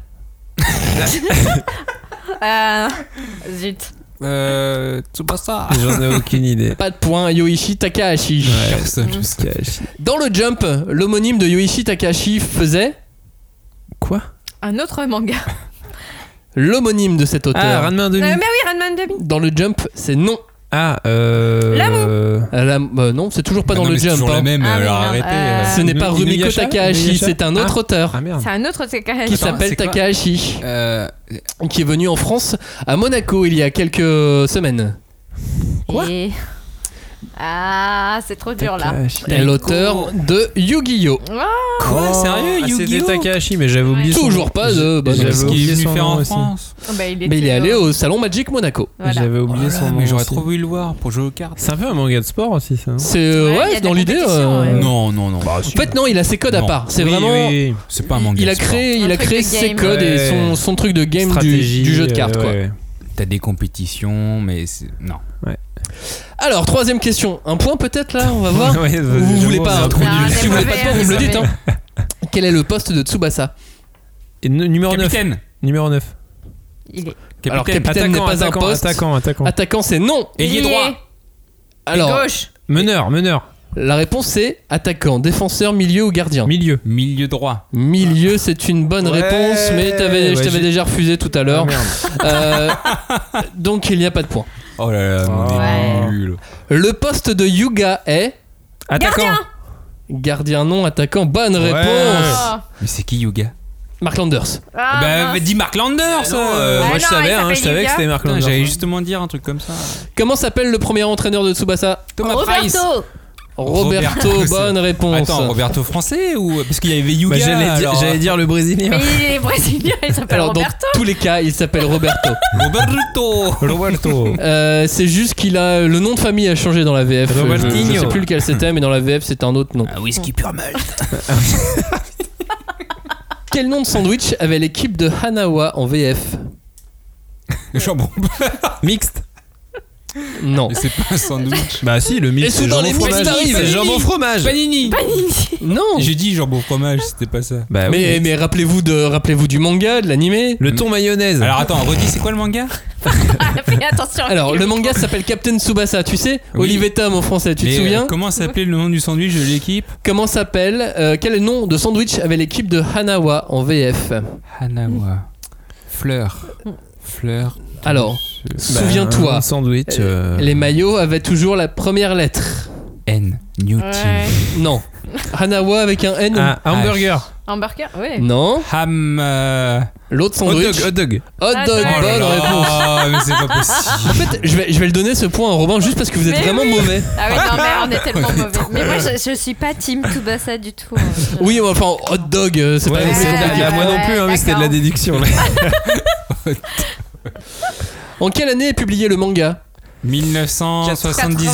Speaker 3: Euh, zut.
Speaker 2: Euh, c'est pas ça.
Speaker 4: J'en ai aucune idée.
Speaker 1: Pas de points, Yoichi Takahashi.
Speaker 2: Personne, je sais.
Speaker 4: Cache.
Speaker 1: Dans le jump, l'homonyme de Yoichi Takahashi faisait.
Speaker 4: Quoi
Speaker 3: Un autre manga.
Speaker 1: L'homonyme de cet
Speaker 4: Ah,
Speaker 1: auteur.
Speaker 4: Ranma
Speaker 3: Euh, mais
Speaker 4: 2000.
Speaker 3: oui, Ranman 2000.
Speaker 1: Dans le jump, c'est non.
Speaker 4: Ah, euh.
Speaker 3: L'amour.
Speaker 1: Euh, la- bah non, c'est toujours pas
Speaker 2: Ah
Speaker 1: dans
Speaker 2: non,
Speaker 1: le
Speaker 2: mais c'est
Speaker 1: jump.
Speaker 2: toujours Ah,
Speaker 1: hein.
Speaker 2: la même,
Speaker 3: Ah oui,
Speaker 2: alors
Speaker 3: non,
Speaker 2: arrêtez.
Speaker 3: euh,
Speaker 1: Ce n'est
Speaker 4: Inu-
Speaker 1: pas Rumiko
Speaker 4: Inuyasha
Speaker 1: Takahashi,
Speaker 4: Inuyasha
Speaker 1: c'est un autre
Speaker 4: Ah.
Speaker 1: auteur.
Speaker 4: Ah merde.
Speaker 3: C'est un autre Takahashi.
Speaker 1: qui
Speaker 2: Attends,
Speaker 1: s'appelle
Speaker 2: c'est quoi
Speaker 1: Takahashi,
Speaker 2: Euh,
Speaker 1: qui est venu en France à Monaco il y a quelques semaines.
Speaker 9: Et- Ah, c'est trop dur là.
Speaker 4: Takahashi.
Speaker 1: Et L'auteur de Yu-Gi-Oh!
Speaker 2: Quoi, sérieux,
Speaker 4: Ah, C'était
Speaker 2: Yu-Gi-Oh
Speaker 4: Takahashi, mais j'avais oublié. son
Speaker 1: Toujours
Speaker 4: nom.
Speaker 1: pas de bonne
Speaker 4: J'avais
Speaker 2: Qu'est-ce
Speaker 1: réponse.
Speaker 2: qu'il
Speaker 4: oublié
Speaker 2: euh, est
Speaker 4: son
Speaker 2: venu faire
Speaker 4: nom
Speaker 2: en
Speaker 4: aussi.
Speaker 2: France
Speaker 3: Oh, bah, il
Speaker 1: Mais il est
Speaker 3: était
Speaker 1: allé
Speaker 3: au-
Speaker 1: au salon Magic Monaco.
Speaker 3: Voilà.
Speaker 4: J'avais oublié
Speaker 2: Voilà,
Speaker 4: son nom.
Speaker 2: mais j'aurais
Speaker 4: aussi.
Speaker 2: trop voulu le voir pour jouer aux cartes.
Speaker 4: C'est un peu un manga de sport aussi, ça.
Speaker 1: C'est euh,
Speaker 3: Ouais,
Speaker 1: ouais,
Speaker 3: il y a
Speaker 1: c'est
Speaker 3: de
Speaker 1: dans
Speaker 3: la
Speaker 1: l'idée.
Speaker 3: compétition,
Speaker 1: euh,
Speaker 3: ouais.
Speaker 2: Non, non, non.
Speaker 1: En fait, non, il a ses codes à
Speaker 2: Non.
Speaker 1: part. C'est
Speaker 4: Oui,
Speaker 1: vraiment.
Speaker 4: oui, oui.
Speaker 2: Bah, C'est pas un manga.
Speaker 1: Il a
Speaker 2: c'est pas-
Speaker 1: créé, il a
Speaker 3: Un truc
Speaker 1: créé
Speaker 3: de
Speaker 1: ses
Speaker 3: game.
Speaker 1: codes et
Speaker 4: Ouais.
Speaker 1: son, son truc de game du, du jeu de
Speaker 4: euh,
Speaker 1: cartes. quoi.
Speaker 4: ouais, ouais.
Speaker 2: T'as des compétitions, mais c'est. Non.
Speaker 1: Alors, troisième question. Un point peut-être là, on va voir.
Speaker 4: Ouais, ça,
Speaker 1: vous
Speaker 4: c'est
Speaker 1: voulez
Speaker 4: bon,
Speaker 1: pas
Speaker 4: c'est
Speaker 1: un point
Speaker 3: Non,
Speaker 1: nul.
Speaker 3: c'est
Speaker 1: Si vous voulez pas de
Speaker 3: mauvais,
Speaker 1: point, vous me le
Speaker 3: c'est
Speaker 1: dites.
Speaker 3: mauvais.
Speaker 1: hein. Quel est le poste de Tsubasa
Speaker 4: Et nu- numéro 9.
Speaker 2: Capitaine.
Speaker 4: Numéro 9.
Speaker 3: Il est.
Speaker 1: Alors, capitaine n'est
Speaker 4: attaquant,
Speaker 1: pas un
Speaker 4: attaquant,
Speaker 1: poste.
Speaker 4: attaquant, attaquant.
Speaker 1: Attaquant, c'est non.
Speaker 2: Ailier droit.
Speaker 1: Alors,
Speaker 3: Gauche.
Speaker 4: Meneur, meneur.
Speaker 1: La réponse c'est attaquant, défenseur, milieu ou gardien.
Speaker 4: Milieu.
Speaker 2: Milieu droit.
Speaker 1: Milieu, c'est une bonne
Speaker 4: Ouais,
Speaker 1: réponse, mais t'avais- je
Speaker 4: ouais,
Speaker 1: t'avais
Speaker 4: j'ai-
Speaker 1: déjà refusé tout à
Speaker 4: Ah,
Speaker 1: l'heure.
Speaker 4: merde.
Speaker 1: Euh, donc il n'y a pas de point.
Speaker 2: Oh là là,
Speaker 4: Oh.
Speaker 2: on est
Speaker 4: Ouais.
Speaker 2: nul.
Speaker 1: Le poste de Yuga est
Speaker 4: Attaquant.
Speaker 3: Gardien.
Speaker 1: gardien non attaquant. Bonne
Speaker 4: Ouais.
Speaker 1: réponse.
Speaker 3: Oh.
Speaker 2: Mais c'est qui Yuga
Speaker 1: Mark Landers.
Speaker 3: Ah,
Speaker 2: Bah,
Speaker 3: mince.
Speaker 2: dis Mark Landers euh,
Speaker 3: Ah
Speaker 4: moi je
Speaker 3: non,
Speaker 4: savais,
Speaker 3: il
Speaker 4: hein, je
Speaker 3: s'appelle
Speaker 4: savais que
Speaker 3: Yuga.
Speaker 4: c'était Marc
Speaker 2: Putain,
Speaker 4: Landers.
Speaker 2: J'allais justement dire un truc comme ça.
Speaker 1: Comment s'appelle le premier entraîneur de Tsubasa
Speaker 2: Thomas Price.
Speaker 9: Roberto
Speaker 1: Roberto.
Speaker 2: Roberto,
Speaker 1: bonne réponse.
Speaker 2: Attends, Roberto français ou parce qu'il y avait Yuga
Speaker 4: Bah, J'allais dire-
Speaker 2: alors.
Speaker 4: j'allais dire le brésilien.
Speaker 3: Mais il est brésilien, il s'appelle
Speaker 1: Alors dans
Speaker 3: Roberto.
Speaker 1: tous les cas, il s'appelle Roberto.
Speaker 2: euh, Roberto.
Speaker 4: Roberto.
Speaker 1: Euh, c'est juste qu'il a euh, le nom de famille a changé dans la VF. Je- Je,
Speaker 4: Robertinho.
Speaker 1: sais plus lequel c'était, mais dans la VF c'était un autre
Speaker 4: Ah.
Speaker 1: nom.
Speaker 2: Un whisky pur malt.
Speaker 1: Quel nom de sandwich avait l'équipe de Hanawa en VF
Speaker 2: Jambon.
Speaker 4: Mixte.
Speaker 1: Non.
Speaker 2: Mais c'est pas un sandwich.
Speaker 4: Bah si, le mixte.
Speaker 1: Et
Speaker 4: c'est
Speaker 1: soudain, les
Speaker 4: jambon
Speaker 1: mouches
Speaker 4: fromage.
Speaker 1: arrivent.
Speaker 4: C'est jambon fromage.
Speaker 2: Panini.
Speaker 1: Non.
Speaker 2: J'ai dit jambon fromage, c'était pas ça.
Speaker 4: Bah oui.
Speaker 1: Mais, mais rappelez-vous de rappelez-vous du manga, de l'animé.
Speaker 4: Le ton mayonnaise.
Speaker 2: Alors attends, redis c'est quoi le manga
Speaker 3: Ah, Fais attention.
Speaker 1: Alors le manga s'appelle Captain Tsubasa, tu sais
Speaker 2: Oui.
Speaker 1: Olivier Tom en français, tu te
Speaker 2: Mais, euh,
Speaker 1: souviens
Speaker 2: Comment s'appelait le nom du sandwich de l'équipe
Speaker 1: Comment s'appelle euh, quel nom de sandwich avait l'équipe de Hanawa en VF
Speaker 4: Mm.
Speaker 2: Hanawa. Fleur. Fleur.
Speaker 1: Alors,
Speaker 4: Bah,
Speaker 1: souviens-toi,
Speaker 4: un Sandwich. euh,
Speaker 1: les maillots avaient toujours la première lettre.
Speaker 2: N. New
Speaker 3: Ouais.
Speaker 1: Non. Hanawa avec un N
Speaker 4: Un Ah, hamburger.
Speaker 3: Hamburger Oui.
Speaker 1: Non.
Speaker 2: Ham. euh,
Speaker 1: L'autre
Speaker 4: Hot
Speaker 1: sandwich.
Speaker 4: dog, hot dog.
Speaker 1: Hot
Speaker 3: Hot
Speaker 1: dog,
Speaker 3: dog.
Speaker 2: oh là
Speaker 1: bonne
Speaker 2: là,
Speaker 1: réponse.
Speaker 4: Ah,
Speaker 2: mais c'est pas possible.
Speaker 1: En fait, je vais, je vais le donner ce point à Robin juste parce que vous êtes
Speaker 3: Mais
Speaker 1: vraiment
Speaker 3: oui.
Speaker 1: mauvais.
Speaker 9: Ah oui, non, mais on est tellement mauvais. Mais moi, je, je suis pas team Tsubasa du tout. hein. Je-
Speaker 1: Oui, enfin, hot dog, euh, c'est
Speaker 4: Ouais,
Speaker 1: pas
Speaker 4: mais c'est de la-
Speaker 9: Ouais,
Speaker 4: bah, moi
Speaker 9: ouais,
Speaker 4: non plus, hein, mais c'était de la
Speaker 9: d'accord.
Speaker 4: déduction. là.
Speaker 1: En quelle année est publié le manga
Speaker 2: 1978.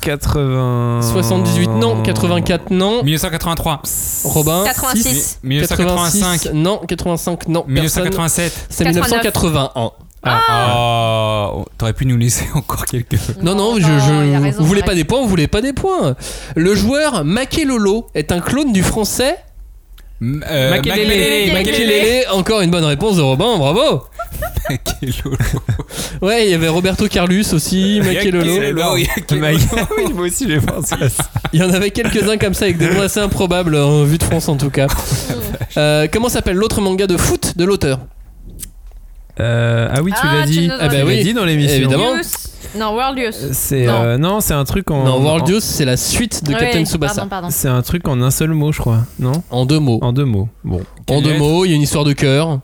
Speaker 3: 84.
Speaker 4: 80.
Speaker 1: 78, non. 84, non.
Speaker 2: 1983.
Speaker 1: Robin.
Speaker 3: 86.
Speaker 2: 1985.
Speaker 1: Non. 85, non. Personne.
Speaker 2: 1987.
Speaker 1: C'est 1981.
Speaker 2: Ah, oh, t'aurais pu nous laisser encore quelques.
Speaker 1: Non, non, je,
Speaker 3: il a
Speaker 1: je,
Speaker 3: raison,
Speaker 1: vous voulez
Speaker 3: Greg.
Speaker 1: pas des points, vous voulez pas des points. Le joueur Makelolo est un clone du français
Speaker 2: M- euh,
Speaker 1: Makelele,
Speaker 2: Makelele, Makelele.
Speaker 1: Makelele. Encore une bonne réponse de Robin, bravo.
Speaker 2: Makelolo.
Speaker 1: Ouais, il y avait Roberto Carlus aussi, Makelolo.
Speaker 2: Makelolo, il y a
Speaker 4: Mike.
Speaker 2: Makelolo.
Speaker 4: oui, moi aussi, j'ai pensé à ça.
Speaker 1: Il y en avait quelques-uns comme ça avec des noms assez improbables en vue de France en tout cas. Euh, comment s'appelle l'autre manga de foot de l'auteur
Speaker 4: Euh, ah oui, tu
Speaker 3: Ah,
Speaker 4: l'as
Speaker 3: tu
Speaker 4: dit.
Speaker 3: nous en as
Speaker 4: tu l'as
Speaker 1: dit.
Speaker 4: dit dans l'émission.
Speaker 1: Évidemment.
Speaker 3: Youth. Non, World Youth.
Speaker 4: Euh, C'est
Speaker 3: Non.
Speaker 4: euh, non, c'est un truc en.
Speaker 1: Oh, Non, World
Speaker 4: en-
Speaker 1: Youth, c'est la suite de
Speaker 3: Ouais,
Speaker 1: Captain Tsubasa.
Speaker 3: Pardon, pardon.
Speaker 4: C'est un truc en un seul mot, je crois. Non,
Speaker 1: En deux mots.
Speaker 4: en deux mots. Bon.
Speaker 1: En deux
Speaker 2: lettre
Speaker 1: mots, il y a une histoire de cœur.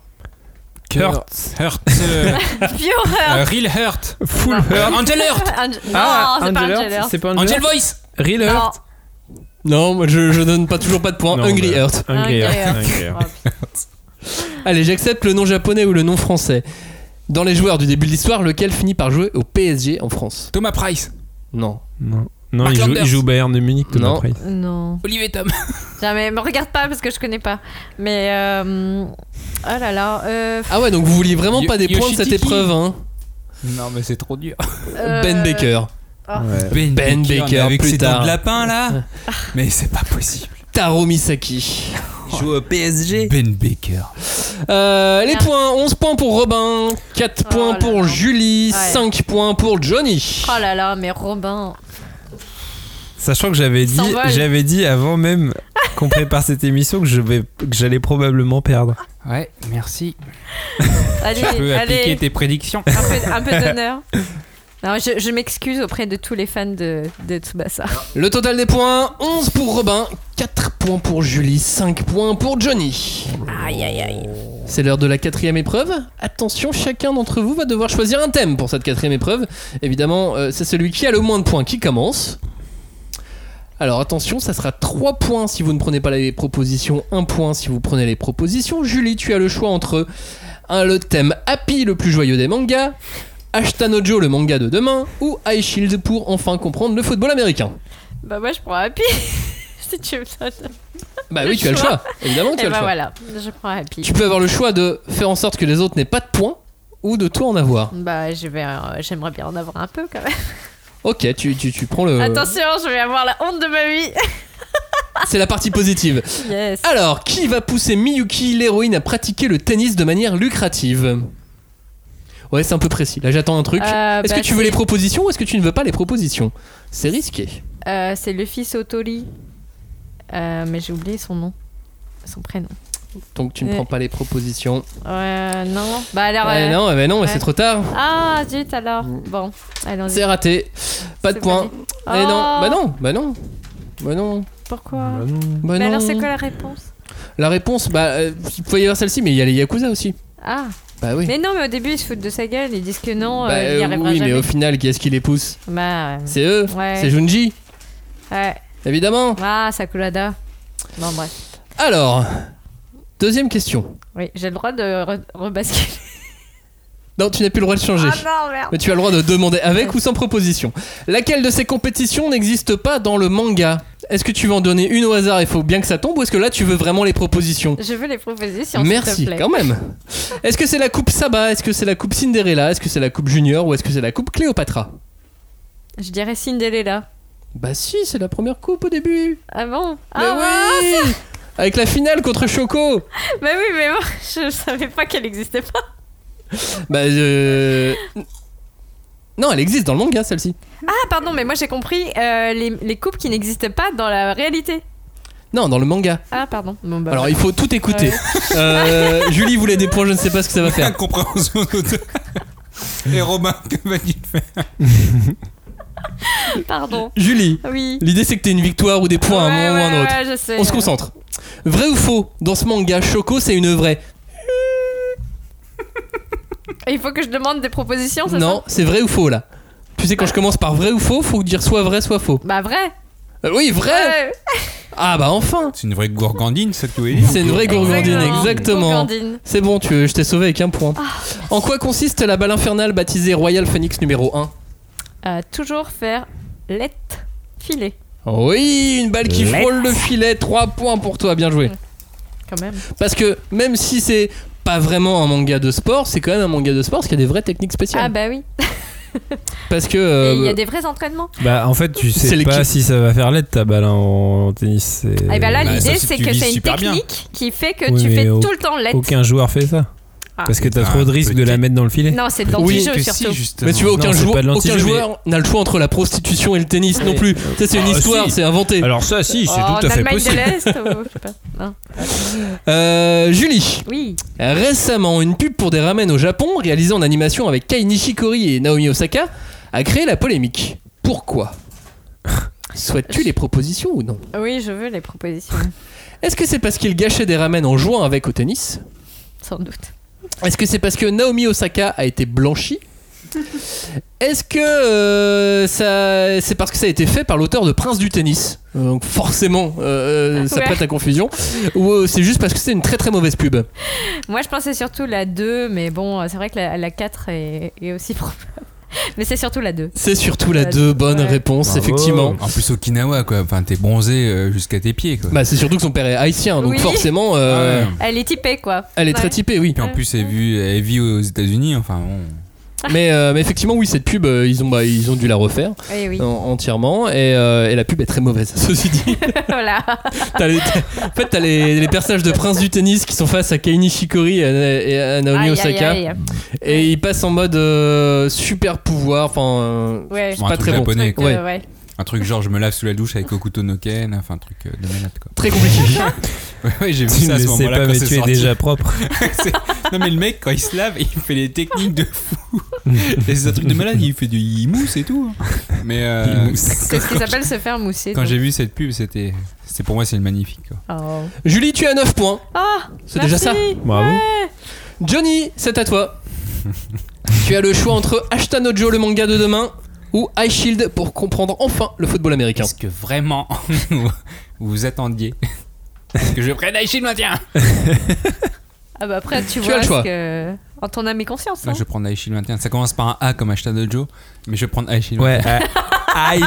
Speaker 2: Hurt. Hurt. c'est le-
Speaker 3: Pure Heart.
Speaker 2: euh, Real Hurt.
Speaker 4: Full
Speaker 3: Non.
Speaker 2: Euh, Angel Hurt.
Speaker 3: Ange-
Speaker 4: Ah,
Speaker 3: Non, c'est pas Angel Heart.
Speaker 4: C'est pas Angel.
Speaker 2: Angel Voice.
Speaker 4: Real Earth.
Speaker 3: Non,
Speaker 1: Non, moi, je, je donne pas toujours pas de points.
Speaker 4: Non,
Speaker 1: Hungry
Speaker 4: bah.
Speaker 1: Earth.
Speaker 4: Angry
Speaker 3: Angry
Speaker 4: Earth.
Speaker 3: Earth.
Speaker 4: Angry Earth.
Speaker 1: Allez, j'accepte le nom japonais ou le nom français. Dans les joueurs du début de l'histoire, lequel finit par jouer au PSG en France
Speaker 2: Thomas Price.
Speaker 1: Non.
Speaker 4: Non, non
Speaker 2: Mark
Speaker 4: il, joue,
Speaker 2: Landers.
Speaker 4: il joue au Bayern de Munich. Thomas
Speaker 1: Non.
Speaker 4: Price.
Speaker 3: non.
Speaker 2: Olivier Tom.
Speaker 3: Jamais. Me regarde pas parce que je connais pas. Mais. Euh... Oh là là. Euh...
Speaker 1: Ah ouais, donc vous vouliez vraiment
Speaker 2: Yo-
Speaker 1: pas des points de cette
Speaker 2: Yoshitiki.
Speaker 1: épreuve, hein
Speaker 2: Non, mais c'est trop dur.
Speaker 3: euh,
Speaker 1: Ben Baker.
Speaker 4: Ouais.
Speaker 2: Ben,
Speaker 1: Ben Baker,
Speaker 2: mais avec
Speaker 1: plus
Speaker 2: ses
Speaker 1: tard.
Speaker 2: dents de lapin là.
Speaker 3: Ah.
Speaker 2: mais c'est pas possible.
Speaker 1: Taro Misaki.
Speaker 4: Joue au PSG.
Speaker 2: Ben Baker.
Speaker 1: Euh, les
Speaker 3: Merde.
Speaker 1: points 11 points pour Robin, 4
Speaker 3: Oh
Speaker 1: points
Speaker 3: là
Speaker 1: pour
Speaker 3: là.
Speaker 1: Julie,
Speaker 3: Ouais.
Speaker 1: 5 points pour Johnny.
Speaker 3: Oh là là, mais Robin.
Speaker 4: Sachant que j'avais dit,
Speaker 3: S'envole.
Speaker 4: j'avais dit avant même qu'on prépare cette émission que je vais, que j'allais probablement perdre.
Speaker 2: Ouais, merci.
Speaker 3: Allez,
Speaker 2: Tu peux appliquer
Speaker 3: allez.
Speaker 2: tes prédictions.
Speaker 3: Un peu, un peu d'honneur. Non, je, je m'excuse auprès de tous les fans de, de Tsubasa.
Speaker 1: Le total des points 11 pour Robin, 4 points pour Julie, 5 points pour Johnny.
Speaker 3: Aïe aïe aïe.
Speaker 1: C'est l'heure de la quatrième épreuve. Attention, chacun d'entre vous va devoir choisir un thème pour cette quatrième épreuve. Évidemment, euh, c'est celui qui a le moins de points qui commence. Alors attention, ça sera 3 points si vous ne prenez pas les propositions, 1 point si vous prenez les propositions. Julie, tu as le choix entre un, le thème Happy, le plus joyeux des mangas, Ashtanojo, le manga de demain, ou High Shield pour enfin comprendre le football américain.
Speaker 3: Bah moi je prends Happy. si tu me donnes.
Speaker 1: Bah
Speaker 3: Le
Speaker 1: oui, tu as le
Speaker 3: choix.
Speaker 1: choix. Évidemment, tu as
Speaker 3: Et
Speaker 1: le
Speaker 3: bah
Speaker 1: choix.
Speaker 3: voilà, je prends Happy.
Speaker 1: Tu peux avoir le choix de faire en sorte que les autres n'aient pas de points ou de toi en avoir.
Speaker 3: Bah je vais, euh, j'aimerais bien en avoir un peu quand même.
Speaker 1: Ok, tu, tu, tu prends le.
Speaker 3: Attention, je vais avoir la honte de ma vie.
Speaker 1: C'est la partie positive.
Speaker 3: yes.
Speaker 1: Alors, qui va pousser Miyuki, l'héroïne, à pratiquer le tennis de manière lucrative Ouais, c'est un peu précis. Là, j'attends un truc.
Speaker 3: Euh,
Speaker 1: est-ce
Speaker 3: bah,
Speaker 1: que tu veux
Speaker 3: c'est-
Speaker 1: les propositions ou est-ce que tu ne veux pas les propositions C'est risqué.
Speaker 3: Euh, c'est le fils Otori. Euh, mais j'ai oublié son nom, son prénom.
Speaker 1: Donc, tu ne
Speaker 3: Ouais.
Speaker 1: prends pas les propositions.
Speaker 3: Euh, non. Bah alors.
Speaker 1: Ouais,
Speaker 3: euh,
Speaker 1: non, mais non, mais
Speaker 3: Ouais.
Speaker 1: c'est trop tard.
Speaker 3: Ah zut alors. Bon, allons-y.
Speaker 1: C'est raté. Pas de
Speaker 3: C'est
Speaker 1: points.
Speaker 3: pas dit.
Speaker 1: Eh non,
Speaker 3: Oh.
Speaker 1: bah non, bah non. Bah non,
Speaker 3: Pourquoi
Speaker 1: bah
Speaker 3: Mais
Speaker 1: non.
Speaker 3: alors c'est quoi la réponse
Speaker 1: La réponse, bah, euh, il faut y avoir celle-ci, mais il y a les Yakuza aussi.
Speaker 3: Ah.
Speaker 1: Bah oui.
Speaker 3: Mais non, mais au début, ils se foutent de sa gueule, ils disent que non,
Speaker 1: Bah,
Speaker 3: euh, il y
Speaker 1: euh,
Speaker 3: arrivera
Speaker 1: oui, mais
Speaker 3: jamais.
Speaker 1: au final, qui est-ce qui les pousse
Speaker 3: Bah, euh,
Speaker 1: C'est eux,
Speaker 3: Ouais.
Speaker 1: c'est Junji,
Speaker 3: ouais.
Speaker 1: évidemment.
Speaker 3: Ah, Sakurada. Bon, bref.
Speaker 1: Alors, deuxième question.
Speaker 3: Oui, j'ai le droit de re- rebasculer.
Speaker 1: Non, tu n'as plus le droit de changer.
Speaker 3: Ah non, merde.
Speaker 1: mais tu as le droit de demander avec ou sans proposition. Laquelle de ces compétitions n'existe pas dans le manga Est-ce que tu vas en donner une au hasard Il faut bien que ça tombe ou est-ce que là tu veux vraiment les propositions
Speaker 3: Je veux les propositions, s'il
Speaker 1: Merci,
Speaker 3: te plaît.
Speaker 1: quand même. Est-ce que c'est la coupe Saba Est-ce que c'est la coupe Cinderella Est-ce que c'est la coupe Junior Ou est-ce que c'est la coupe Cléopatra
Speaker 3: Je dirais Cinderella.
Speaker 1: Bah si, c'est la première coupe au début.
Speaker 3: Ah bon
Speaker 1: Mais
Speaker 3: Ah
Speaker 1: oui Avec la finale contre Choco.
Speaker 3: ouais Bah oui, mais bon, je savais pas qu'elle existait pas.
Speaker 1: Bah euh... Non, elle existe dans le manga celle-ci.
Speaker 3: Ah, pardon, mais moi j'ai compris euh, les, les couples qui n'existent pas dans la réalité.
Speaker 1: Non, dans le manga.
Speaker 3: Ah, pardon. Bon, bah,
Speaker 1: Alors il faut tout écouter. Euh, Julie voulait des points, je ne sais pas ce que ça va faire.
Speaker 2: Incompréhension totale. Et Robin, que va-t-il faire
Speaker 3: pardon.
Speaker 1: Julie,
Speaker 3: Oui.
Speaker 1: l'idée c'est que t'aies une victoire ou des points à un
Speaker 3: Ouais,
Speaker 1: moment ou à un
Speaker 3: ouais,
Speaker 1: autre.
Speaker 3: ouais, je sais.
Speaker 1: On se concentre. Vrai ou faux Dans ce manga, Choco c'est une vraie.
Speaker 3: Il faut que je demande des propositions, c'est
Speaker 1: Non,
Speaker 3: ça
Speaker 1: c'est vrai ou faux là. Tu sais quand je commence par vrai ou faux, faut dire soit vrai soit faux.
Speaker 3: Bah vrai.
Speaker 1: Euh, oui, vrai.
Speaker 3: Ouais.
Speaker 1: Ah bah enfin.
Speaker 2: C'est une vraie gourgandine, ça que tu veux dire
Speaker 1: C'est une vraie gourgandine,
Speaker 3: Exactement.
Speaker 1: exactement.
Speaker 3: Gourgandine.
Speaker 1: C'est bon, tu,
Speaker 3: Ah,
Speaker 1: je t'ai sauvé avec un point. En quoi consiste la balle infernale baptisée Royal Phoenix numéro 1
Speaker 3: à Euh, toujours faire let filet,
Speaker 1: Oui, une balle qui frôle le filet. 3 points pour toi, bien
Speaker 3: Mm.
Speaker 1: joué.
Speaker 3: quand même.
Speaker 1: Parce que même si c'est pas vraiment un manga de sport, c'est quand même un manga de sport parce qu'il y a des vraies techniques spéciales.
Speaker 3: Ah bah oui.
Speaker 1: Parce que.
Speaker 3: Ah,
Speaker 1: euh,
Speaker 3: Et il y a des vrais entraînements.
Speaker 4: Bah, en fait, tu
Speaker 1: C'est
Speaker 4: sais
Speaker 1: le
Speaker 4: pas
Speaker 1: qui-
Speaker 4: si ça va faire l'aide ta balle en tennis. c'est-
Speaker 3: Et bah là,
Speaker 2: bah,
Speaker 3: l'idée,
Speaker 2: sauf si
Speaker 3: c'est
Speaker 2: tu
Speaker 3: que
Speaker 2: vis
Speaker 3: c'est une
Speaker 2: super bien.
Speaker 3: technique qui fait que
Speaker 4: Oui,
Speaker 3: tu
Speaker 4: mais
Speaker 3: fais
Speaker 4: au-
Speaker 3: tout le temps let.
Speaker 4: Aucun joueur fait ça.
Speaker 3: Ah.
Speaker 4: Parce que t'as
Speaker 2: Ah,
Speaker 4: trop de risques de la
Speaker 2: peut-être.
Speaker 4: mettre dans le filet.
Speaker 3: Non, c'est dans
Speaker 1: Oui,
Speaker 3: le jeu
Speaker 2: que si,
Speaker 3: surtout.
Speaker 2: justement.
Speaker 1: Mais tu vois, aucun,
Speaker 4: Non, c'est
Speaker 1: joueur-
Speaker 4: pas de l'anti-jeu,
Speaker 1: aucun
Speaker 4: mais-
Speaker 1: joueur n'a le choix entre la prostitution et le tennis non
Speaker 4: Oui.
Speaker 1: plus. Ça, c'est une
Speaker 2: Ah,
Speaker 1: histoire,
Speaker 2: si.
Speaker 1: c'est inventé.
Speaker 2: Alors ça, si, c'est
Speaker 3: Oh,
Speaker 2: tout
Speaker 3: en
Speaker 2: à fait
Speaker 3: Allemagne de
Speaker 2: possible.
Speaker 3: l'Est, ou- je sais pas. Non.
Speaker 1: Euh, Julie,
Speaker 3: Oui.
Speaker 1: récemment, une pub pour des ramen au Japon, réalisée en animation avec Kai Nishikori et Naomi Osaka, a créé la polémique. Pourquoi Souhaites-tu les propositions ou non
Speaker 3: Oui, je veux les propositions,
Speaker 1: Est-ce que c'est parce qu'il gâchait des ramen en jouant avec au tennis
Speaker 3: sans doute.
Speaker 1: Est-ce que c'est parce que Naomi Osaka a été blanchie Est-ce que euh, ça, c'est parce que ça a été fait par l'auteur de Prince du tennis Euh, Donc forcément, euh, euh, ça
Speaker 3: Ouais.
Speaker 1: prête à confusion. Ou euh, c'est juste parce que c'est une très très mauvaise pub
Speaker 3: Moi, je pensais surtout la 2, mais bon, euh, c'est vrai que la, la 4 est, est aussi probable. Mais c'est surtout la 2.
Speaker 1: C'est surtout la
Speaker 3: Ouais.
Speaker 1: deux bonnes
Speaker 3: Ouais.
Speaker 1: réponses,
Speaker 4: Bravo.
Speaker 1: effectivement.
Speaker 2: En plus, Okinawa, quoi. Enfin, t'es bronzé euh, jusqu'à tes pieds, quoi.
Speaker 1: Bah, c'est surtout que son père est haïtien, donc
Speaker 3: Oui.
Speaker 1: forcément, euh,
Speaker 2: Ouais.
Speaker 3: Elle est typée, quoi.
Speaker 1: elle est
Speaker 3: Ouais.
Speaker 1: très typée, oui.
Speaker 2: Puis en plus, elle vit, elle vit aux États-Unis. Enfin, bon.
Speaker 1: Mais, euh, mais effectivement, oui, cette pub, euh, ils ont, bah, ils ont dû la refaire
Speaker 3: Eh oui.
Speaker 1: en- entièrement, et, euh, et la pub est très mauvaise. Ceci dit.
Speaker 3: voilà.
Speaker 1: T'as les- t'as- en fait, t'as les, les personnages de Prince du Tennis qui sont face à Kaini Shikori et à, et à Naomi
Speaker 3: Aïe, aïe,
Speaker 1: Osaka.
Speaker 3: aïe.
Speaker 1: Et ils passent en mode euh, super pouvoir. Enfin, euh,
Speaker 3: Ouais.
Speaker 1: c'est pas
Speaker 2: un truc
Speaker 1: très bon.
Speaker 2: japonais, quoi.
Speaker 1: Ouais.
Speaker 3: Euh, ouais.
Speaker 2: Un truc genre, je me lave sous la douche avec Okuto no Ken. Enfin, un truc euh, de malade, quoi.
Speaker 1: Très compliqué.
Speaker 2: Ouais, ouais, j'ai vu
Speaker 4: Tu
Speaker 2: ça à
Speaker 4: ne
Speaker 2: ce
Speaker 4: le sais
Speaker 2: moment-là.
Speaker 4: pas,
Speaker 2: quand
Speaker 4: mais
Speaker 2: c'est
Speaker 4: tu es
Speaker 2: sorti.
Speaker 4: déjà propre.
Speaker 2: Non, mais le mec, quand il se lave, il fait les techniques de fou. Et c'est un truc de malade. Il fait du. Il mousse et tout. hein. Mais. euh,
Speaker 4: Il mousse.
Speaker 3: C'est ce qui s'appelle se faire mousser.
Speaker 2: Quand
Speaker 3: donc.
Speaker 2: j'ai vu cette pub, c'était. C'est pour moi, c'est le magnifique, quoi.
Speaker 3: Oh.
Speaker 1: Julie, tu as 9 points.
Speaker 3: Ah,
Speaker 1: C'est déjà ça.
Speaker 3: merci.
Speaker 4: Bravo.
Speaker 1: Johnny, c'est à toi. tu as le choix entre Ashtanojo, le manga de demain, ou High Shield pour comprendre enfin le football américain.
Speaker 2: Est-ce que vraiment vous vous attendiez que je prenne Aïchil maintien
Speaker 3: Ah bah après, tu,
Speaker 1: as
Speaker 3: vois
Speaker 1: le choix.
Speaker 3: ce que... En ton âme et conscience.
Speaker 2: Là,
Speaker 3: hein.
Speaker 2: je vais prendre Aïchil maintien. Ça commence par un A comme Ashtanojo, mais je vais prendre Aïchil
Speaker 4: Ouais.
Speaker 2: Ah,
Speaker 4: Aïe,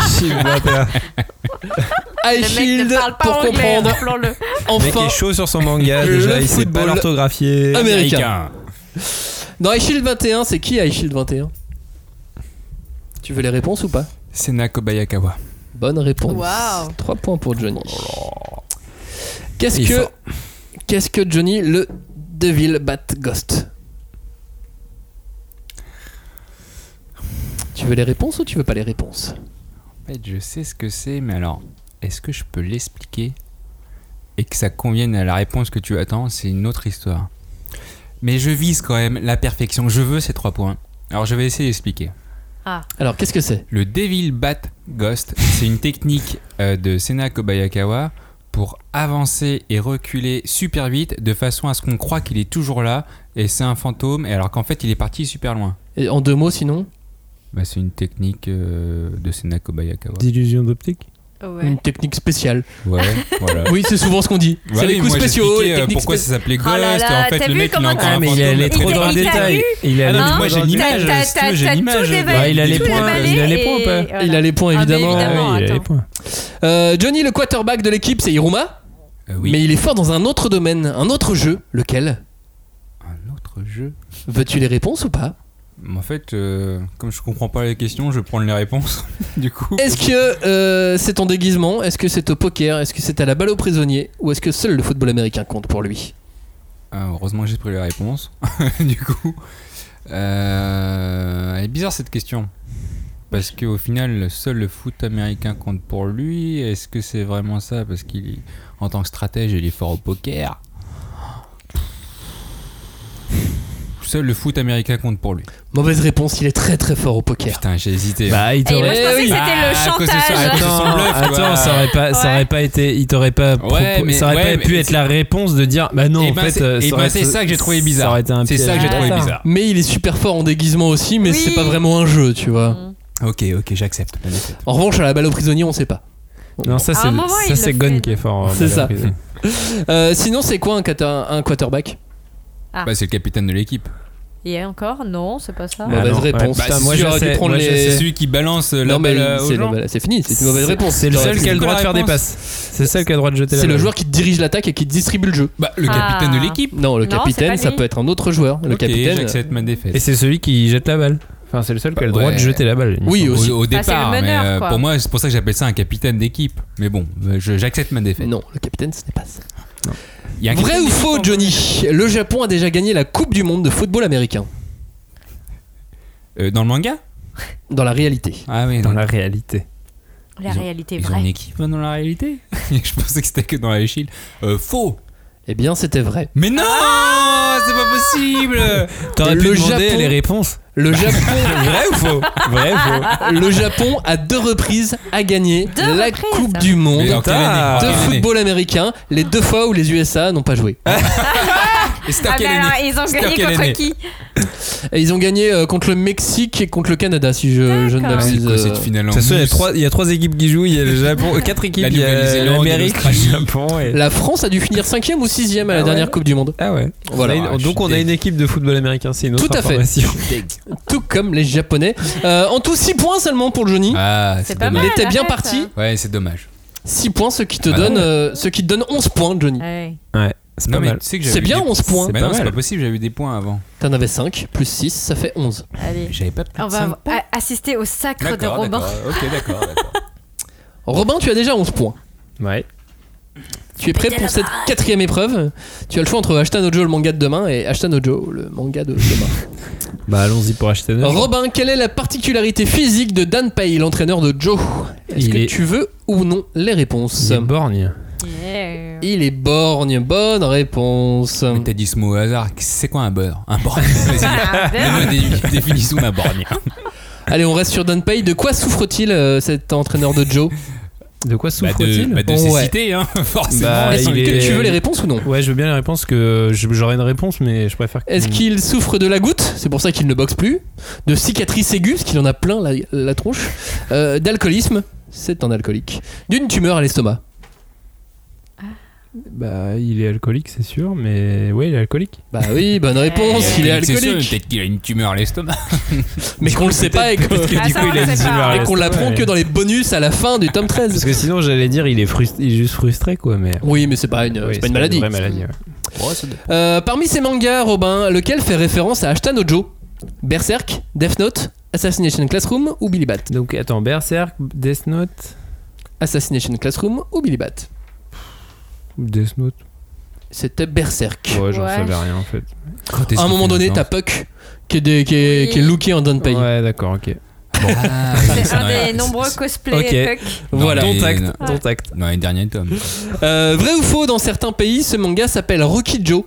Speaker 1: High
Speaker 3: Le mec
Speaker 1: Shield
Speaker 3: ne parle pas
Speaker 1: pour
Speaker 3: anglais, hein.
Speaker 1: comprendre
Speaker 3: rappelons-le.
Speaker 4: Le mec
Speaker 1: enfin
Speaker 4: est chaud sur son manga
Speaker 1: le
Speaker 4: déjà, il sait pas
Speaker 1: football
Speaker 4: l'orthographier.
Speaker 1: américain. Dans High Shield 21, c'est qui High Shield 21 Tu veux les réponses ou pas
Speaker 2: C'est Nakobayakawa.
Speaker 1: Bonne réponse.
Speaker 3: Wow.
Speaker 1: 3 points pour Johnny. Qu'est-ce
Speaker 2: Il est
Speaker 1: que
Speaker 2: fort.
Speaker 1: qu'est-ce que Johnny le Devil Bat Ghost Tu veux les réponses ou tu veux pas les réponses
Speaker 2: En fait, je sais ce que c'est, mais alors, est-ce que je peux l'expliquer et que ça convienne à la réponse que tu attends C'est une autre histoire. Mais je vise quand même la perfection. Je veux ces trois points. Alors, je vais essayer d'expliquer.
Speaker 1: Alors qu'est-ce que c'est
Speaker 2: Le Devil Bat Ghost, c'est une technique euh, de Sena Kobayakawa pour avancer et reculer super vite de façon à ce qu'on croit qu'il est toujours là et c'est un fantôme et alors qu'en fait il est parti super loin.
Speaker 1: Et En deux mots sinon
Speaker 2: Bah, c'est une technique euh, de Sena Kobayakawa.
Speaker 4: D'illusion d'optique
Speaker 3: Ouais.
Speaker 1: Une technique spéciale.
Speaker 2: Ouais, voilà.
Speaker 1: Oui, c'est souvent ce qu'on dit.
Speaker 2: Bah
Speaker 1: c'est
Speaker 2: Euh. oui,
Speaker 1: les coups
Speaker 2: moi,
Speaker 1: spéciaux,
Speaker 2: j'expliquais,
Speaker 1: les
Speaker 2: euh,
Speaker 1: techniques
Speaker 2: pourquoi
Speaker 1: spéciales.
Speaker 2: ça s'appelait Ghost
Speaker 3: Oh là
Speaker 2: et en
Speaker 3: là,
Speaker 2: fait
Speaker 3: t'as
Speaker 2: le
Speaker 3: vu
Speaker 2: mec il est
Speaker 3: comment
Speaker 2: encore
Speaker 3: t'as-
Speaker 2: un
Speaker 4: Ah, mais il
Speaker 2: fantôme.
Speaker 4: allait
Speaker 3: Il
Speaker 4: trop
Speaker 3: t'a-
Speaker 4: dans le
Speaker 3: il t'a
Speaker 4: détail.
Speaker 3: eu.
Speaker 4: Il allait
Speaker 3: Ah,
Speaker 4: trop
Speaker 2: moi, j'ai
Speaker 4: dans le
Speaker 2: l'image.
Speaker 3: T'as-
Speaker 4: détail.
Speaker 3: t'as-
Speaker 2: si tu
Speaker 3: t'as-
Speaker 2: veux, j'ai
Speaker 3: t'as
Speaker 2: l'image.
Speaker 3: tout déballé,
Speaker 4: Bah, il a les
Speaker 3: tout
Speaker 4: points,
Speaker 3: déballé
Speaker 4: il a les
Speaker 3: et-
Speaker 4: points ou pas
Speaker 3: et voilà.
Speaker 1: Il a les points
Speaker 3: Ah, mais
Speaker 1: évidemment.
Speaker 3: évidemment,
Speaker 4: Ah oui, il a les
Speaker 3: attends.
Speaker 4: points.
Speaker 1: Euh, Johnny, le quarterback de l'équipe, c'est Hiruma.
Speaker 2: Euh, oui.
Speaker 1: Mais il est fort dans un autre domaine, un autre jeu. Lequel
Speaker 2: Un autre jeu.
Speaker 1: Veux-tu les réponses ou pas
Speaker 2: En fait, euh, comme je comprends pas les questions, je vais prendre les réponses. du coup.
Speaker 1: Est-ce que euh, c'est en déguisement Est-ce que c'est au poker Est-ce que c'est à la balle aux prisonniers Ou est-ce que seul le football américain compte pour lui
Speaker 2: Ah, heureusement, j'ai pris la réponse. du coup, euh, elle est bizarre cette question. Parce qu'au final, seul le foot américain compte pour lui. Est-ce que c'est vraiment ça Parce qu'il, est- en tant que stratège, il est fort au poker. Seul le foot américain compte pour lui.
Speaker 1: Mauvaise réponse, il est très très fort au poker.
Speaker 2: Putain, j'ai hésité.
Speaker 4: Bah, il
Speaker 3: Et moi,
Speaker 4: t'aurait.
Speaker 3: je
Speaker 1: Eh
Speaker 3: pensais
Speaker 1: oui.
Speaker 3: que
Speaker 2: Ah, à cause de ça,
Speaker 3: c'était le
Speaker 2: à cause de
Speaker 3: chantage.
Speaker 2: ça.
Speaker 4: Attends,
Speaker 2: son bluff,
Speaker 4: attends,
Speaker 2: quoi.
Speaker 4: ça aurait pas, ça
Speaker 3: Ouais.
Speaker 4: aurait pas été, il t'aurait pas,
Speaker 2: Ah, Ouais,
Speaker 4: propo-
Speaker 2: mais-
Speaker 4: ça aurait
Speaker 2: ouais,
Speaker 4: pas
Speaker 2: mais
Speaker 4: pu
Speaker 2: c'est-
Speaker 4: être la réponse de dire, bah non,
Speaker 2: Eh
Speaker 4: en
Speaker 2: ben,
Speaker 4: fait,
Speaker 2: c'est-
Speaker 4: euh,
Speaker 2: eh
Speaker 4: ça
Speaker 2: ben,
Speaker 4: aurait-
Speaker 2: c'est ça que j'ai trouvé bizarre.
Speaker 4: Ça aurait été un
Speaker 2: C'est
Speaker 4: piège.
Speaker 2: ça que j'ai trouvé
Speaker 3: Ah.
Speaker 2: bizarre.
Speaker 1: Mais il est super fort en déguisement aussi, mais
Speaker 3: Oui.
Speaker 1: c'est pas vraiment un jeu, tu vois.
Speaker 2: Ok, ok, j'accepte.
Speaker 1: En revanche, à la balle aux prisonniers, on sait pas.
Speaker 4: Non, ça
Speaker 3: À
Speaker 4: c'est,
Speaker 3: un moment, il
Speaker 4: ça
Speaker 3: le
Speaker 4: c'est
Speaker 3: fait.
Speaker 4: Gon qui est fort. euh,
Speaker 1: C'est ça.
Speaker 4: malheureusement.
Speaker 1: Euh, sinon, c'est quoi un, quata- un quarterback
Speaker 2: Bah, c'est le capitaine de l'équipe.
Speaker 3: Et encore, non, c'est pas ça.
Speaker 1: Bon, Mauvaise
Speaker 4: non.
Speaker 1: réponse.
Speaker 4: Bah,
Speaker 1: Putain,
Speaker 4: c'est
Speaker 1: moi,
Speaker 4: sûr,
Speaker 1: j'aurais dû
Speaker 4: c'est-
Speaker 1: prendre
Speaker 4: moi, je-
Speaker 1: les-
Speaker 2: C'est celui qui balance euh,
Speaker 1: Non,
Speaker 2: la
Speaker 1: mais
Speaker 2: balle euh, aux
Speaker 1: c'est
Speaker 2: gens.
Speaker 1: bah, c'est fini, c'est une mauvaise réponse.
Speaker 4: C'est le
Speaker 1: T'aurais
Speaker 4: seul
Speaker 1: pu-
Speaker 4: qui a le
Speaker 2: C'est quoi
Speaker 4: droit
Speaker 2: la
Speaker 4: de faire des
Speaker 2: réponse
Speaker 4: passes. C'est le seul qui a le droit de jeter la
Speaker 1: C'est le
Speaker 4: balle.
Speaker 1: joueur qui dirige l'attaque et qui distribue le jeu.
Speaker 2: Bah, le
Speaker 3: Ah.
Speaker 2: capitaine de l'équipe.
Speaker 1: Non, le
Speaker 3: Non,
Speaker 1: capitaine,
Speaker 3: c'est pas
Speaker 1: ça
Speaker 3: lui.
Speaker 1: peut être un autre joueur. Le
Speaker 2: Ok,
Speaker 1: capitaine.
Speaker 2: J'accepte ma défaite.
Speaker 4: Et c'est celui qui jette la balle. Enfin, c'est le seul qui a le
Speaker 2: Bah,
Speaker 4: droit de
Speaker 2: ouais.
Speaker 4: jeter la balle. il me
Speaker 1: Oui,
Speaker 4: semble.
Speaker 1: aussi.
Speaker 2: Au, au
Speaker 3: Bah, c'est le
Speaker 2: départ,
Speaker 3: meneur,
Speaker 2: mais euh,
Speaker 3: quoi.
Speaker 2: pour moi, c'est pour ça que j'appelle ça un capitaine d'équipe. Mais bon, euh, je- j'accepte ma défaite.
Speaker 1: Non, le capitaine, ce n'est pas ça.
Speaker 2: Il y a un
Speaker 1: Vrai
Speaker 2: capitaine
Speaker 1: ou
Speaker 2: d'équipe
Speaker 1: faux,
Speaker 2: en
Speaker 1: Johnny Le Japon a déjà gagné la Coupe du Monde de football américain.
Speaker 2: Euh, Dans le manga
Speaker 1: Dans la réalité.
Speaker 2: Ah oui,
Speaker 4: Dans la réalité.
Speaker 3: La
Speaker 2: Ils ont-
Speaker 3: réalité
Speaker 2: Ils ont une
Speaker 3: vraie.
Speaker 2: équipe dans la réalité Je pensais que c'était que dans la Shield. Euh, faux
Speaker 1: Eh bien, c'était vrai.
Speaker 2: Mais non
Speaker 4: Ah
Speaker 2: C'est pas possible
Speaker 4: T'aurais
Speaker 1: Le
Speaker 4: pu demander
Speaker 1: Japon-
Speaker 4: les réponses.
Speaker 2: Bah.
Speaker 1: Le Japon,
Speaker 4: Vrai ou faux Vrai ou faux
Speaker 1: le Japon, à deux reprises, a gagné
Speaker 3: Deux
Speaker 1: la
Speaker 3: reprises.
Speaker 1: Coupe du Monde
Speaker 2: Mais
Speaker 1: de
Speaker 2: en quelle année En quelle année
Speaker 1: football américain, les deux fois où les USA n'ont pas
Speaker 2: Ah.
Speaker 1: joué.
Speaker 2: Et c'était en
Speaker 3: Ah, mais
Speaker 2: quelle
Speaker 3: alors,
Speaker 2: année
Speaker 3: ils ont
Speaker 2: C'était en
Speaker 3: gagné
Speaker 2: quelle
Speaker 3: contre
Speaker 2: année
Speaker 3: qui
Speaker 1: Et ils ont gagné euh, contre le Mexique et contre le Canada, si je, je ne
Speaker 3: D'accord.
Speaker 2: Ah, C'est
Speaker 1: m'abuse.
Speaker 2: quoi
Speaker 1: euh.
Speaker 2: cette finale en
Speaker 4: Ça se trouve, il y a
Speaker 2: mousse
Speaker 4: trois- il y a trois équipes qui jouent. Il y a le Japon, euh, quatre équipes. Il y a
Speaker 2: Nouvelle-Zélande,
Speaker 4: l'Amérique, le
Speaker 2: l'Australie.
Speaker 4: Japon et.
Speaker 1: La France a dû finir cinquième ou sixième à la
Speaker 3: Bah
Speaker 4: Ah ouais.
Speaker 1: dernière Coupe du Monde.
Speaker 4: Ah ouais.
Speaker 1: Voilà.
Speaker 4: On a une-
Speaker 2: je
Speaker 4: donc
Speaker 2: suis
Speaker 4: on a une équipe de football américain, c'est une autre
Speaker 1: Tout à fait.
Speaker 4: information.
Speaker 1: Tout comme les Japonais. Euh, en tout, 6 points seulement pour Johnny.
Speaker 2: Ah,
Speaker 3: C'est
Speaker 2: c'est
Speaker 3: pas
Speaker 1: Il
Speaker 2: dommage.
Speaker 3: mal.
Speaker 1: était bien
Speaker 3: arrête.
Speaker 1: parti.
Speaker 2: Ouais, c'est dommage.
Speaker 1: 6 points, ce qui te
Speaker 2: Bah
Speaker 1: donne,
Speaker 2: non.
Speaker 1: euh, ce qui te donne 11 points, Johnny.
Speaker 3: Ouais.
Speaker 4: Ouais, c'est pas
Speaker 2: Non, mais
Speaker 4: mal.
Speaker 2: tu sais que j'avais
Speaker 1: C'est
Speaker 2: eu
Speaker 1: bien
Speaker 2: des-
Speaker 1: 11 points.
Speaker 2: Bah
Speaker 4: pas
Speaker 2: non, c'est
Speaker 4: mal.
Speaker 2: pas possible, j'avais eu des points avant.
Speaker 1: T'en avais 5, plus 6, ça fait 11.
Speaker 3: Allez.
Speaker 2: J'avais pas plus
Speaker 3: On
Speaker 2: de
Speaker 3: va
Speaker 2: cinq.
Speaker 3: a- assister au sacre de
Speaker 2: D'accord,
Speaker 3: Robin.
Speaker 2: d'accord. Ok, d'accord, d'accord.
Speaker 1: Robin, tu as déjà 11 points.
Speaker 4: Ouais.
Speaker 1: Tu es prêt pour cette quatrième épreuve Tu as le choix entre Ashta no Joe, le manga de demain, et Ashta no Joe, le manga de demain.
Speaker 4: Bah allons-y pour acheter neuf.
Speaker 1: Robin, quelle est la particularité physique de Dan Pay, l'entraîneur de Joe Est-ce
Speaker 4: Il
Speaker 1: que
Speaker 4: est-
Speaker 1: tu veux ou non les réponses
Speaker 4: C'est borgne.
Speaker 3: Yeah.
Speaker 1: Il est borgne, bonne réponse.
Speaker 2: Mais T'as dit ce mot au hasard. C'est quoi un beurre Un borgne Vas-y,
Speaker 3: Ah,
Speaker 2: donne-moi des- définissons d'un borgne.
Speaker 1: Allez, on reste sur Dan Pay. De quoi souffre-t-il euh, cet entraîneur de Joe
Speaker 4: De quoi
Speaker 2: Bah, de,
Speaker 4: souffre-t-il
Speaker 2: bah de ces
Speaker 1: Ouais.
Speaker 2: cités, hein, forcément.
Speaker 4: Bah,
Speaker 1: Est-ce
Speaker 4: il
Speaker 1: que
Speaker 4: est-
Speaker 1: tu veux les réponses ou non
Speaker 4: Ouais, je veux bien la réponse que euh, je- j'aurais une réponse, mais je préfère.
Speaker 1: Est-ce qu'il souffre de la goutte C'est pour ça qu'il ne boxe plus. De cicatrices aiguës, parce qu'il en a plein la, la tronche. Euh, D'alcoolisme, c'est un alcoolique. D'une tumeur à l'estomac.
Speaker 4: Bah, il est alcoolique, c'est sûr, mais ouais, il est alcoolique.
Speaker 1: Bah oui, bonne réponse, il est
Speaker 2: C'est sûr,
Speaker 1: alcoolique.
Speaker 2: Peut-être qu'il a une tumeur à l'estomac.
Speaker 1: Mais qu'on le sait pas et qu'on
Speaker 3: Ah, ça, on sait pas.
Speaker 1: et qu'on l'apprend que dans les bonus à la fin du tome 13.
Speaker 4: Parce que sinon, j'allais dire, il est frustré, il est juste frustré, quoi. Mais
Speaker 1: Oui, mais c'est pas une,
Speaker 4: Ouais,
Speaker 1: c'est pas une maladie.
Speaker 4: vraie maladie. ouais.
Speaker 1: Euh, parmi ces mangas, Robin, lequel fait référence à Ashita no Joe Berserk, Death Note, Assassination Classroom ou Billy Bat
Speaker 4: Donc attends, Berserk, Death Note,
Speaker 1: Assassination Classroom ou Billy Bat
Speaker 4: Death Note.
Speaker 1: C'était Berserk.
Speaker 4: Ouais, j'en
Speaker 3: Ouais.
Speaker 4: savais rien en fait.
Speaker 1: À un moment donné, t'as Puck qui est, dé- qui est-
Speaker 3: Oui.
Speaker 1: qui est looké en Don Pay.
Speaker 4: Ouais, d'accord, ok.
Speaker 2: Ah,
Speaker 3: C'est un des
Speaker 2: dans-
Speaker 3: nombreux cosplays
Speaker 4: Ok.
Speaker 3: Puck.
Speaker 1: Voilà.
Speaker 2: Dans les,
Speaker 4: Ton acte,
Speaker 2: dans-
Speaker 4: ton acte.
Speaker 2: dans les derniers tomes.
Speaker 1: Euh, vrai ou faux, dans certains pays, ce manga s'appelle Rocky Joe.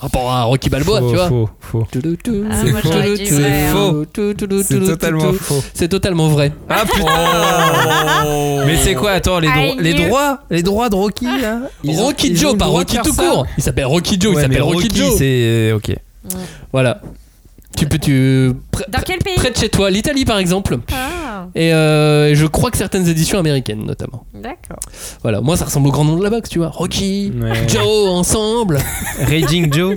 Speaker 1: Rapport à Rocky Balboa,
Speaker 4: Faux,
Speaker 1: tu vois.
Speaker 4: faux, faux.
Speaker 3: Ah, moi,
Speaker 4: faux.
Speaker 3: j'aurais dit
Speaker 1: C'est
Speaker 3: vrai, hein.
Speaker 4: faux. C'est totalement faux.
Speaker 1: C'est totalement vrai.
Speaker 4: Ah
Speaker 1: Oh.
Speaker 4: putain Mais c'est quoi Attends, les, dro-
Speaker 3: I
Speaker 4: les
Speaker 3: knew.
Speaker 4: droits Les droits de Rocky là Ils ont-
Speaker 1: Rocky
Speaker 4: ils ont
Speaker 1: Joe,
Speaker 4: le
Speaker 1: pas
Speaker 4: droit de
Speaker 1: Rocky
Speaker 4: faire
Speaker 1: tout
Speaker 4: ça
Speaker 1: court. Il s'appelle Rocky Joe,
Speaker 4: Ouais,
Speaker 1: il
Speaker 4: mais
Speaker 1: s'appelle Rocky, Joe.
Speaker 4: c'est. euh, Ok.
Speaker 1: Voilà. Tu peux, tu. près-
Speaker 3: Dans quel pays
Speaker 1: Près de chez toi, l'Italie par exemple.
Speaker 3: Ah,
Speaker 1: Et euh, je crois que certaines éditions américaines notamment.
Speaker 3: d'accord.
Speaker 1: Voilà, moi ça ressemble au grand nom de la boxe, tu vois. Rocky,
Speaker 4: Ouais.
Speaker 1: Joe, ensemble.
Speaker 4: Raging Joe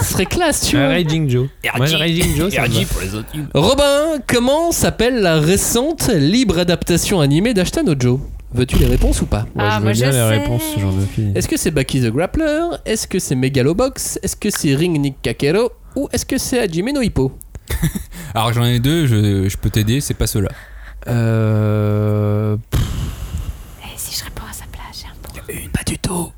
Speaker 1: Ce serait classe, tu
Speaker 4: Ah,
Speaker 1: vois.
Speaker 4: Raging Joe. Moi, je- Raging Joe, ça me va.
Speaker 2: pour les autres.
Speaker 1: Robin, comment s'appelle la récente libre adaptation animée d'Ashita no Joe Veux-tu les réponses ou pas
Speaker 4: Ouais,
Speaker 3: Ah,
Speaker 4: je veux
Speaker 3: moi,
Speaker 4: bien
Speaker 3: je
Speaker 4: les
Speaker 3: sais.
Speaker 4: réponses, j'en veux fini.
Speaker 1: Est-ce que c'est Baki the Grappler Est-ce que c'est Megalobox Est-ce que c'est Ring Nick Kakero Ou est-ce que c'est Hajime no Hippo
Speaker 2: Alors j'en ai deux, je, je peux t'aider, c'est pas ceux-là.
Speaker 4: Euh.
Speaker 3: Eh, si je réponds à sa place, j'ai un point.
Speaker 1: Pas du tout.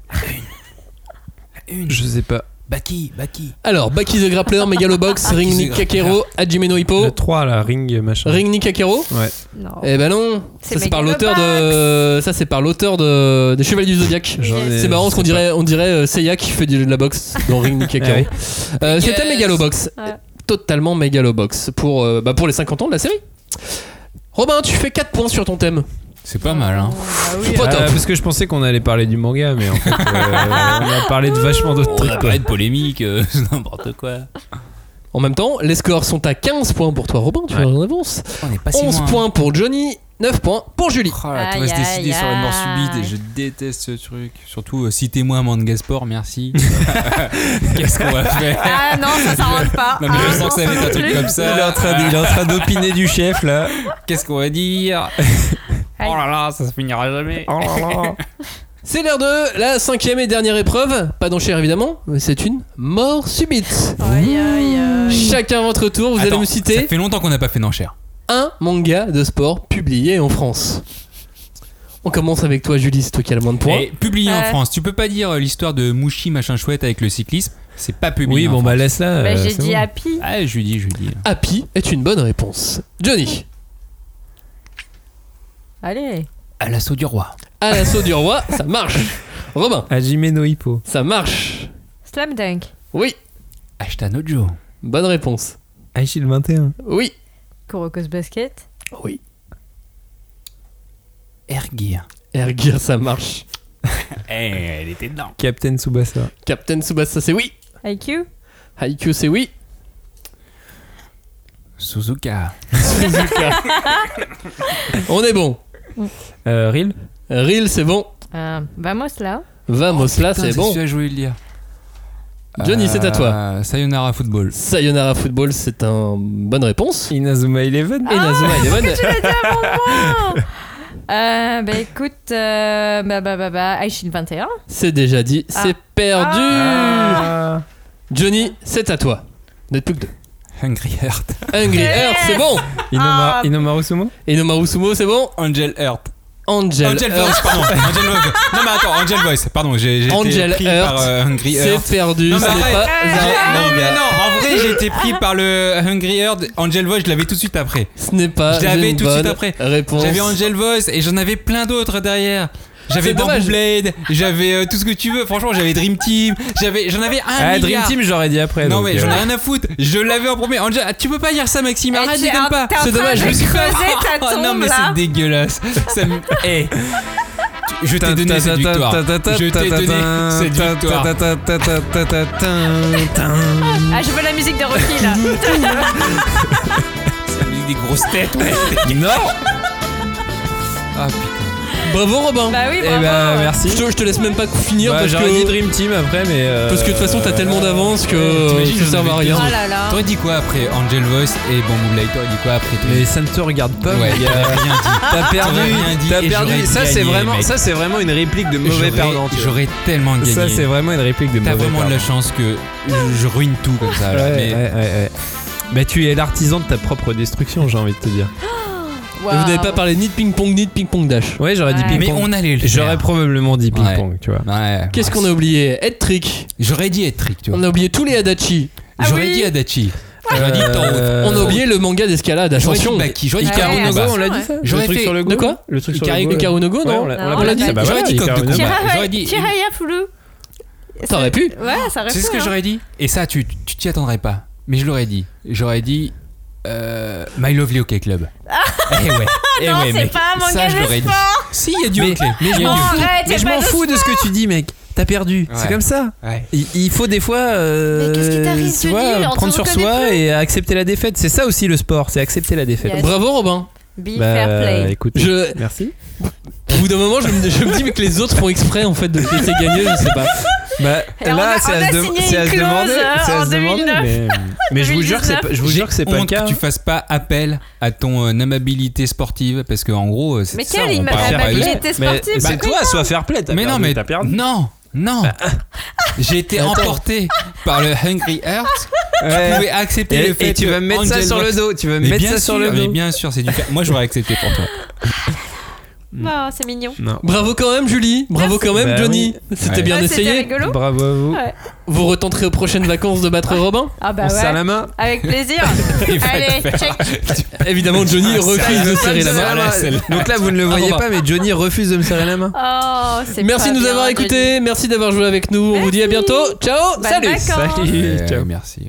Speaker 4: Je sais pas.
Speaker 2: Baki, Baki.
Speaker 1: Alors, Baki the Grappler, Megalobox, Ring
Speaker 2: Baki the
Speaker 1: Nick Kakero, Hajime no Hippo.
Speaker 4: Le 3 là, Oh. Ring machin.
Speaker 1: Ring Nick Kakero
Speaker 4: Ouais.
Speaker 3: Non.
Speaker 1: Eh ben non, ça
Speaker 3: C'est
Speaker 1: c'est par l'auteur de ça c'est par l'auteur de des Chevaliers du Zodiac.
Speaker 4: J'en ai-
Speaker 1: C'est marrant parce qu'on
Speaker 4: je sais
Speaker 1: dirait on dirait euh, Seiya qui fait du- de la boxe dans Ring Nick Kakero.
Speaker 4: Ah
Speaker 1: Euh, C'était Megalobox,
Speaker 3: Ouais.
Speaker 1: totalement Megalobox pour euh, bah, pour les 50 ans de la série. Robin, tu fais 4 points sur ton thème.
Speaker 2: C'est pas mal, hein.
Speaker 3: Ah
Speaker 1: C'est
Speaker 3: oui,
Speaker 1: pas
Speaker 4: Ah,
Speaker 1: top.
Speaker 4: parce que je pensais qu'on allait parler du manga, mais en fait, euh, on a parlé de vachement d'autres
Speaker 2: On a
Speaker 4: trucs. quoi.
Speaker 2: parlé de polémique, euh, c'est n'importe quoi.
Speaker 1: En même temps, les scores sont à 15 points pour toi Robin, tu
Speaker 4: Ouais. Bah,
Speaker 1: es en avance.
Speaker 2: On est pas
Speaker 1: 11 points pour Johnny 9 points pour Julie.
Speaker 2: Oh là, tu vas se
Speaker 3: Aïe,
Speaker 2: décider
Speaker 3: aïe,
Speaker 2: sur la mort
Speaker 3: aïe.
Speaker 2: subite et je déteste ce truc. Surtout, euh, citez-moi un manga sport, merci. Qu'est-ce qu'on va faire
Speaker 3: Ah non, ça s'arrange pas.
Speaker 2: Non, mais
Speaker 3: Ah
Speaker 2: je sens que ça va
Speaker 3: non
Speaker 2: être un truc
Speaker 3: plus.
Speaker 2: comme
Speaker 4: Il est en
Speaker 2: ça.
Speaker 4: train, de- il est en train d'opiner du chef là.
Speaker 2: Qu'est-ce qu'on va dire
Speaker 3: Aïe.
Speaker 2: Oh là là, ça se finira jamais.
Speaker 1: C'est l'heure de la cinquième et dernière épreuve. Pas d'enchère évidemment, mais c'est une mort subite.
Speaker 3: Aïe, aïe, aïe.
Speaker 1: Chacun à votre tour, vous allez
Speaker 2: Attends,
Speaker 1: me
Speaker 2: Ça
Speaker 1: citer
Speaker 2: fait longtemps qu'on n'a pas fait d'enchère.
Speaker 1: un manga de sport publié en France. On commence avec toi, Julie, c'est toi qui as le moins de points.
Speaker 2: Et Eh, publié en
Speaker 3: Ouais.
Speaker 2: France. Tu peux pas dire euh, l'histoire de Mouchi machin chouette avec le cyclisme. C'est pas publié.
Speaker 4: Oui,
Speaker 2: en
Speaker 4: bon,
Speaker 2: France.
Speaker 4: bah laisse là.
Speaker 3: Bah, j'ai dit happy.
Speaker 2: Ah, je lui dis, je lui dis.
Speaker 1: Happy est une bonne réponse. Johnny,
Speaker 3: Allez.
Speaker 2: À l'assaut du roi.
Speaker 1: à l'assaut du roi, ça marche. Robin,
Speaker 4: Hajime no Hippo.
Speaker 1: ça marche.
Speaker 3: Slam dunk.
Speaker 1: Oui,
Speaker 2: Ashtanojo.
Speaker 1: bonne réponse.
Speaker 4: Aishil 21.
Speaker 1: Oui,
Speaker 3: Kurokos basket.
Speaker 1: oui.
Speaker 2: Ergir.
Speaker 1: Air Gear, ça marche.
Speaker 2: Eh, elle était dedans.
Speaker 4: Captain Tsubasa.
Speaker 1: Captain Tsubasa, c'est oui.
Speaker 3: IQ.
Speaker 1: Haikyuu, c'est oui.
Speaker 2: Suzuka.
Speaker 1: Suzuka. On est bon.
Speaker 4: Euh, Real
Speaker 1: Real, c'est bon.
Speaker 3: Euh, vamos là.
Speaker 1: Vamos là,
Speaker 2: Oh, Putain,
Speaker 1: c'est bon.
Speaker 2: celui-là que je voulais le dire.
Speaker 1: Johnny, c'est à
Speaker 2: Euh, Sayonara Football.
Speaker 1: Sayonara Football, c'est une bonne réponse.
Speaker 4: Inazuma Eleven.
Speaker 2: Ah.
Speaker 1: Et Nazuma Eleven,
Speaker 3: Je l'ai dit avant moi. Euh, bah écoute, euh, bah bah bah bah, Aishin 21.
Speaker 1: c'est déjà dit, c'est perdu.
Speaker 4: Ah.
Speaker 1: Johnny, c'est à toi. Vous n'êtes plus que deux.
Speaker 2: Hungry Heart.
Speaker 1: Hungry Earth, c'est bon.
Speaker 4: Inoma,
Speaker 3: Ah.
Speaker 4: Inomaru Sumo
Speaker 1: Inomaru Sumo, c'est bon.
Speaker 2: Angel Heart.
Speaker 1: Angel,
Speaker 2: Angel
Speaker 1: Earth,
Speaker 2: Voice, pardon. Angel Voice. Non, mais attends, Angel Voice. Pardon, j'ai j'ai été
Speaker 1: Angel
Speaker 2: pris
Speaker 1: Heart,
Speaker 2: par euh, Hungry Heart.
Speaker 1: c'est perdu.
Speaker 2: Non, mais
Speaker 1: c'est
Speaker 2: arrête.
Speaker 1: pas
Speaker 2: J'ai-
Speaker 1: un
Speaker 2: Ah Non, mais
Speaker 1: manga.
Speaker 2: non, en vrai, j'ai été pris par le Hungry Heart. Angel Voice, je l'avais tout de suite après.
Speaker 1: Ce n'est pas
Speaker 2: Je l'avais
Speaker 1: une
Speaker 2: tout de suite
Speaker 1: bonne
Speaker 2: après.
Speaker 1: réponse.
Speaker 2: J'avais Angel Voice et j'en avais plein d'autres derrière.
Speaker 1: C'est
Speaker 2: J'avais Bamboo
Speaker 1: dommage.
Speaker 2: Blade, j'avais euh, tout ce que tu veux. Franchement, j'avais Dream Team, j'avais, j'en avais un
Speaker 4: Ah, Dream
Speaker 2: milliard.
Speaker 4: Team, j'aurais dit après.
Speaker 2: non
Speaker 4: donc,
Speaker 2: mais
Speaker 4: euh,
Speaker 2: j'en ai rien à foutre. Je l'avais en premier. Angel, ah, tu peux pas dire ça, Maxime.
Speaker 3: Eh,
Speaker 2: Arrête,
Speaker 3: tu
Speaker 2: je
Speaker 3: es en-
Speaker 2: t'aime pas.
Speaker 3: t'es en
Speaker 2: C'est
Speaker 3: train
Speaker 2: dommage.
Speaker 3: de
Speaker 2: Je me suis fait-
Speaker 3: creuser ta
Speaker 2: Oh, non mais
Speaker 3: tombe, là.
Speaker 2: c'est dégueulasse. Ça me. Eh. Tu- Je t'ai donné cette victoire. Je t'ai donné cette victoire.
Speaker 3: Ah, je veux la musique de Rocky là.
Speaker 2: Des grosses têtes. ouais.
Speaker 4: Non
Speaker 2: Ah putain.
Speaker 1: Bravo Robin.
Speaker 3: bah oui,
Speaker 4: Eh
Speaker 3: bravo.
Speaker 4: ben,
Speaker 1: je,
Speaker 4: merci.
Speaker 1: te, je te laisse même pas finir
Speaker 4: Bah,
Speaker 1: parce
Speaker 4: J'aurais dit
Speaker 1: que
Speaker 4: Dream Team après, mais. euh,
Speaker 1: parce que de toute façon t'as tellement d'avance que
Speaker 2: T'imagines,
Speaker 1: euh, ça
Speaker 2: j'en
Speaker 1: sert à
Speaker 2: avais
Speaker 1: rien.
Speaker 2: deux.
Speaker 3: Oh là là.
Speaker 2: T'aurais dit Ah. quoi après Angel Voice et Bamboo Blade T'aurais dit quoi après
Speaker 4: Mais ça ne te regarde pas,
Speaker 2: Ouais,
Speaker 4: mon gars.
Speaker 2: t'aurais rien dit.
Speaker 4: T'as perdu,
Speaker 2: T'aurais rien dit
Speaker 4: t'as
Speaker 2: et
Speaker 4: perdu.
Speaker 2: j'aurais
Speaker 4: Ça c'est
Speaker 2: gagné,
Speaker 4: vraiment,
Speaker 2: mec.
Speaker 4: ça c'est vraiment une réplique de mauvais
Speaker 2: J'aurais-
Speaker 4: perdant. tu vois.
Speaker 2: J'aurais tellement gagné.
Speaker 4: Ça c'est vraiment une réplique de
Speaker 2: T'as
Speaker 4: mauvais
Speaker 2: vraiment de la
Speaker 4: perdant.
Speaker 2: chance que je, je ruine tout comme ça. là,
Speaker 4: Ouais,
Speaker 2: mais-
Speaker 4: ouais, ouais, ouais. Bah tu es l'artisan de ta propre destruction, j'ai envie de te dire.
Speaker 1: Vous n'avez pas parlé ni de ping-pong ni de ping-pong dash.
Speaker 4: Ouais, j'aurais dit
Speaker 3: Ouais.
Speaker 4: ping
Speaker 2: Mais
Speaker 4: pong.
Speaker 2: on allait le
Speaker 4: J'aurais
Speaker 2: faire.
Speaker 4: probablement dit ping pong, tu vois.
Speaker 2: Ouais,
Speaker 1: Qu'est-ce
Speaker 2: ouais.
Speaker 1: qu'on a oublié Head trick.
Speaker 2: J'aurais dit être trick, tu vois.
Speaker 1: On a oublié tous les Adachi.
Speaker 2: J'aurais
Speaker 3: Ah oui.
Speaker 2: dit Adachi. J'aurais dit Taro.
Speaker 4: Euh,
Speaker 1: On a oublié le manga d'escalade.
Speaker 2: J'aurais
Speaker 1: Attention.
Speaker 2: dit Baki. J'aurais dit
Speaker 3: Ikaru
Speaker 2: Karunoba.
Speaker 3: no Go,
Speaker 4: on l'a dit ça.
Speaker 2: J'aurais
Speaker 4: le truc
Speaker 2: fait-
Speaker 4: sur le
Speaker 1: de
Speaker 4: go
Speaker 1: quoi
Speaker 4: Le truc sur
Speaker 1: Ikari-
Speaker 4: le go.
Speaker 1: Ikaru no Go,
Speaker 4: Ouais,
Speaker 1: non
Speaker 4: on l'a-
Speaker 3: Non,
Speaker 4: on
Speaker 3: on l'a
Speaker 4: l'a
Speaker 3: dit.
Speaker 4: pas dit.
Speaker 3: Bah
Speaker 2: J'aurais dit
Speaker 4: Ikaru
Speaker 2: Coq de
Speaker 4: no Go.
Speaker 2: Combat.
Speaker 3: Tiraha-
Speaker 2: J'aurais dit-
Speaker 3: Tiraya Fulu.
Speaker 1: T'aurais pu.
Speaker 3: Ouais, ça reste.
Speaker 2: C'est ce que j'aurais dit Et ça, tu tu t'y attendrais pas. Mais je l'aurais dit. J'aurais dit. euh, My Lovely OK Club. Eh ouais. Eh
Speaker 3: Ah. Non,
Speaker 2: ouais,
Speaker 3: c'est
Speaker 2: mec.
Speaker 3: pas un
Speaker 2: Ça,
Speaker 3: manga
Speaker 2: je
Speaker 3: de
Speaker 2: l'aurais dit.
Speaker 3: sport.
Speaker 2: Si, il y a du
Speaker 4: Mais-
Speaker 2: hockey. Mais
Speaker 4: je
Speaker 2: il y a
Speaker 4: m'en
Speaker 2: du-
Speaker 4: fous.
Speaker 3: Arrête,
Speaker 4: Mais
Speaker 3: c'est
Speaker 4: je
Speaker 3: pas
Speaker 4: m'en
Speaker 3: de
Speaker 4: fous de ce que tu dis, mec. T'as perdu.
Speaker 2: Ouais.
Speaker 4: C'est comme ça.
Speaker 2: Ouais.
Speaker 4: Il, il faut des fois euh,
Speaker 3: Mais qu'est-ce qui t'arrive,
Speaker 4: tu
Speaker 3: Johnny
Speaker 4: vois,
Speaker 3: On te
Speaker 4: prendre sur
Speaker 3: reconnaît
Speaker 4: soi
Speaker 3: plus.
Speaker 4: et accepter la défaite. C'est ça aussi le sport, c'est accepter la défaite.
Speaker 3: Yes.
Speaker 1: Bravo Robin.
Speaker 3: hein. Be
Speaker 4: Bah,
Speaker 3: fair play.
Speaker 4: écoute,
Speaker 1: Je,
Speaker 4: merci.
Speaker 1: au bout d'un moment, je me, je me dis mais que les autres font exprès en fait de te laisser gagner. Je sais pas.
Speaker 4: Bah,
Speaker 3: Et on a-
Speaker 4: là,
Speaker 3: on
Speaker 4: c'est
Speaker 3: a
Speaker 4: à, se dem-
Speaker 3: signé
Speaker 4: c'est à
Speaker 3: une
Speaker 4: se
Speaker 3: clause,
Speaker 4: demander.
Speaker 3: euh,
Speaker 4: c'est à
Speaker 3: en
Speaker 4: se demander,
Speaker 3: 2009.
Speaker 4: mais, mais je vous jure que c'est pas, je vous jure que c'est pas le
Speaker 2: honte
Speaker 4: cas. hein.
Speaker 2: que tu fasses pas appel à ton euh, amabilité sportive parce que en gros euh, c'est
Speaker 3: Mais
Speaker 2: ça,
Speaker 3: quelle
Speaker 2: on
Speaker 3: ima-
Speaker 2: parle pas
Speaker 4: amabilité
Speaker 2: de-
Speaker 3: amabilité
Speaker 4: Mais
Speaker 3: sportive
Speaker 4: c'est toi, sois fair play. t'as
Speaker 2: mais non
Speaker 4: perdu,
Speaker 2: mais
Speaker 4: t'as perdu.
Speaker 2: non non j'ai été
Speaker 4: Attends.
Speaker 2: emporté par le Hungry Heart
Speaker 4: Ouais.
Speaker 2: tu pouvais accepter
Speaker 4: Et,
Speaker 2: le fait
Speaker 4: et tu
Speaker 2: que
Speaker 4: vas me mettre ça
Speaker 2: Angel
Speaker 4: sur le
Speaker 2: Voice-
Speaker 4: dos. Tu vas me
Speaker 2: mais
Speaker 4: mettre
Speaker 2: bien
Speaker 4: ça sur
Speaker 2: sûr,
Speaker 4: le
Speaker 2: mais
Speaker 4: dos.
Speaker 2: bien sûr c'est du moi j'aurais accepté pour toi
Speaker 3: Oh, c'est mignon.
Speaker 4: Non.
Speaker 1: Bravo quand même Julie. Bravo quand même
Speaker 4: Bah
Speaker 1: Johnny. C'était
Speaker 2: Ouais.
Speaker 1: bien
Speaker 3: Ouais, Ah, C'était
Speaker 1: essayé.
Speaker 3: rigolo.
Speaker 4: Bravo à vous.
Speaker 3: Ouais.
Speaker 1: Vous retenterez aux prochaines vacances de battre Robin.
Speaker 3: Ah bah
Speaker 4: On se serre
Speaker 3: ouais.
Speaker 4: la main.
Speaker 3: Avec plaisir.
Speaker 2: Il va
Speaker 3: Allez,
Speaker 2: le
Speaker 3: check.
Speaker 1: Évidemment
Speaker 4: Ah,
Speaker 2: Ah,
Speaker 1: Johnny refuse de
Speaker 4: veut
Speaker 1: serrer
Speaker 4: pas
Speaker 1: la
Speaker 4: me
Speaker 1: main.
Speaker 4: serrer la
Speaker 3: Ah,
Speaker 2: celle-là. Ah, bah.
Speaker 4: Donc là, vous ne le voyez
Speaker 1: Robin.
Speaker 4: pas, mais Johnny refuse de me serrer la main.
Speaker 3: Oh, c'est
Speaker 1: Merci
Speaker 3: pas
Speaker 1: de nous
Speaker 3: bien,
Speaker 1: avoir
Speaker 3: Johnny.
Speaker 1: écoutés. Merci d'avoir joué avec nous. On vous dit à
Speaker 3: Merci.
Speaker 1: bientôt. Ciao.
Speaker 3: Bonnes
Speaker 1: salut.
Speaker 3: vacances.
Speaker 4: Salut.
Speaker 2: Euh,
Speaker 4: Ciao.
Speaker 2: merci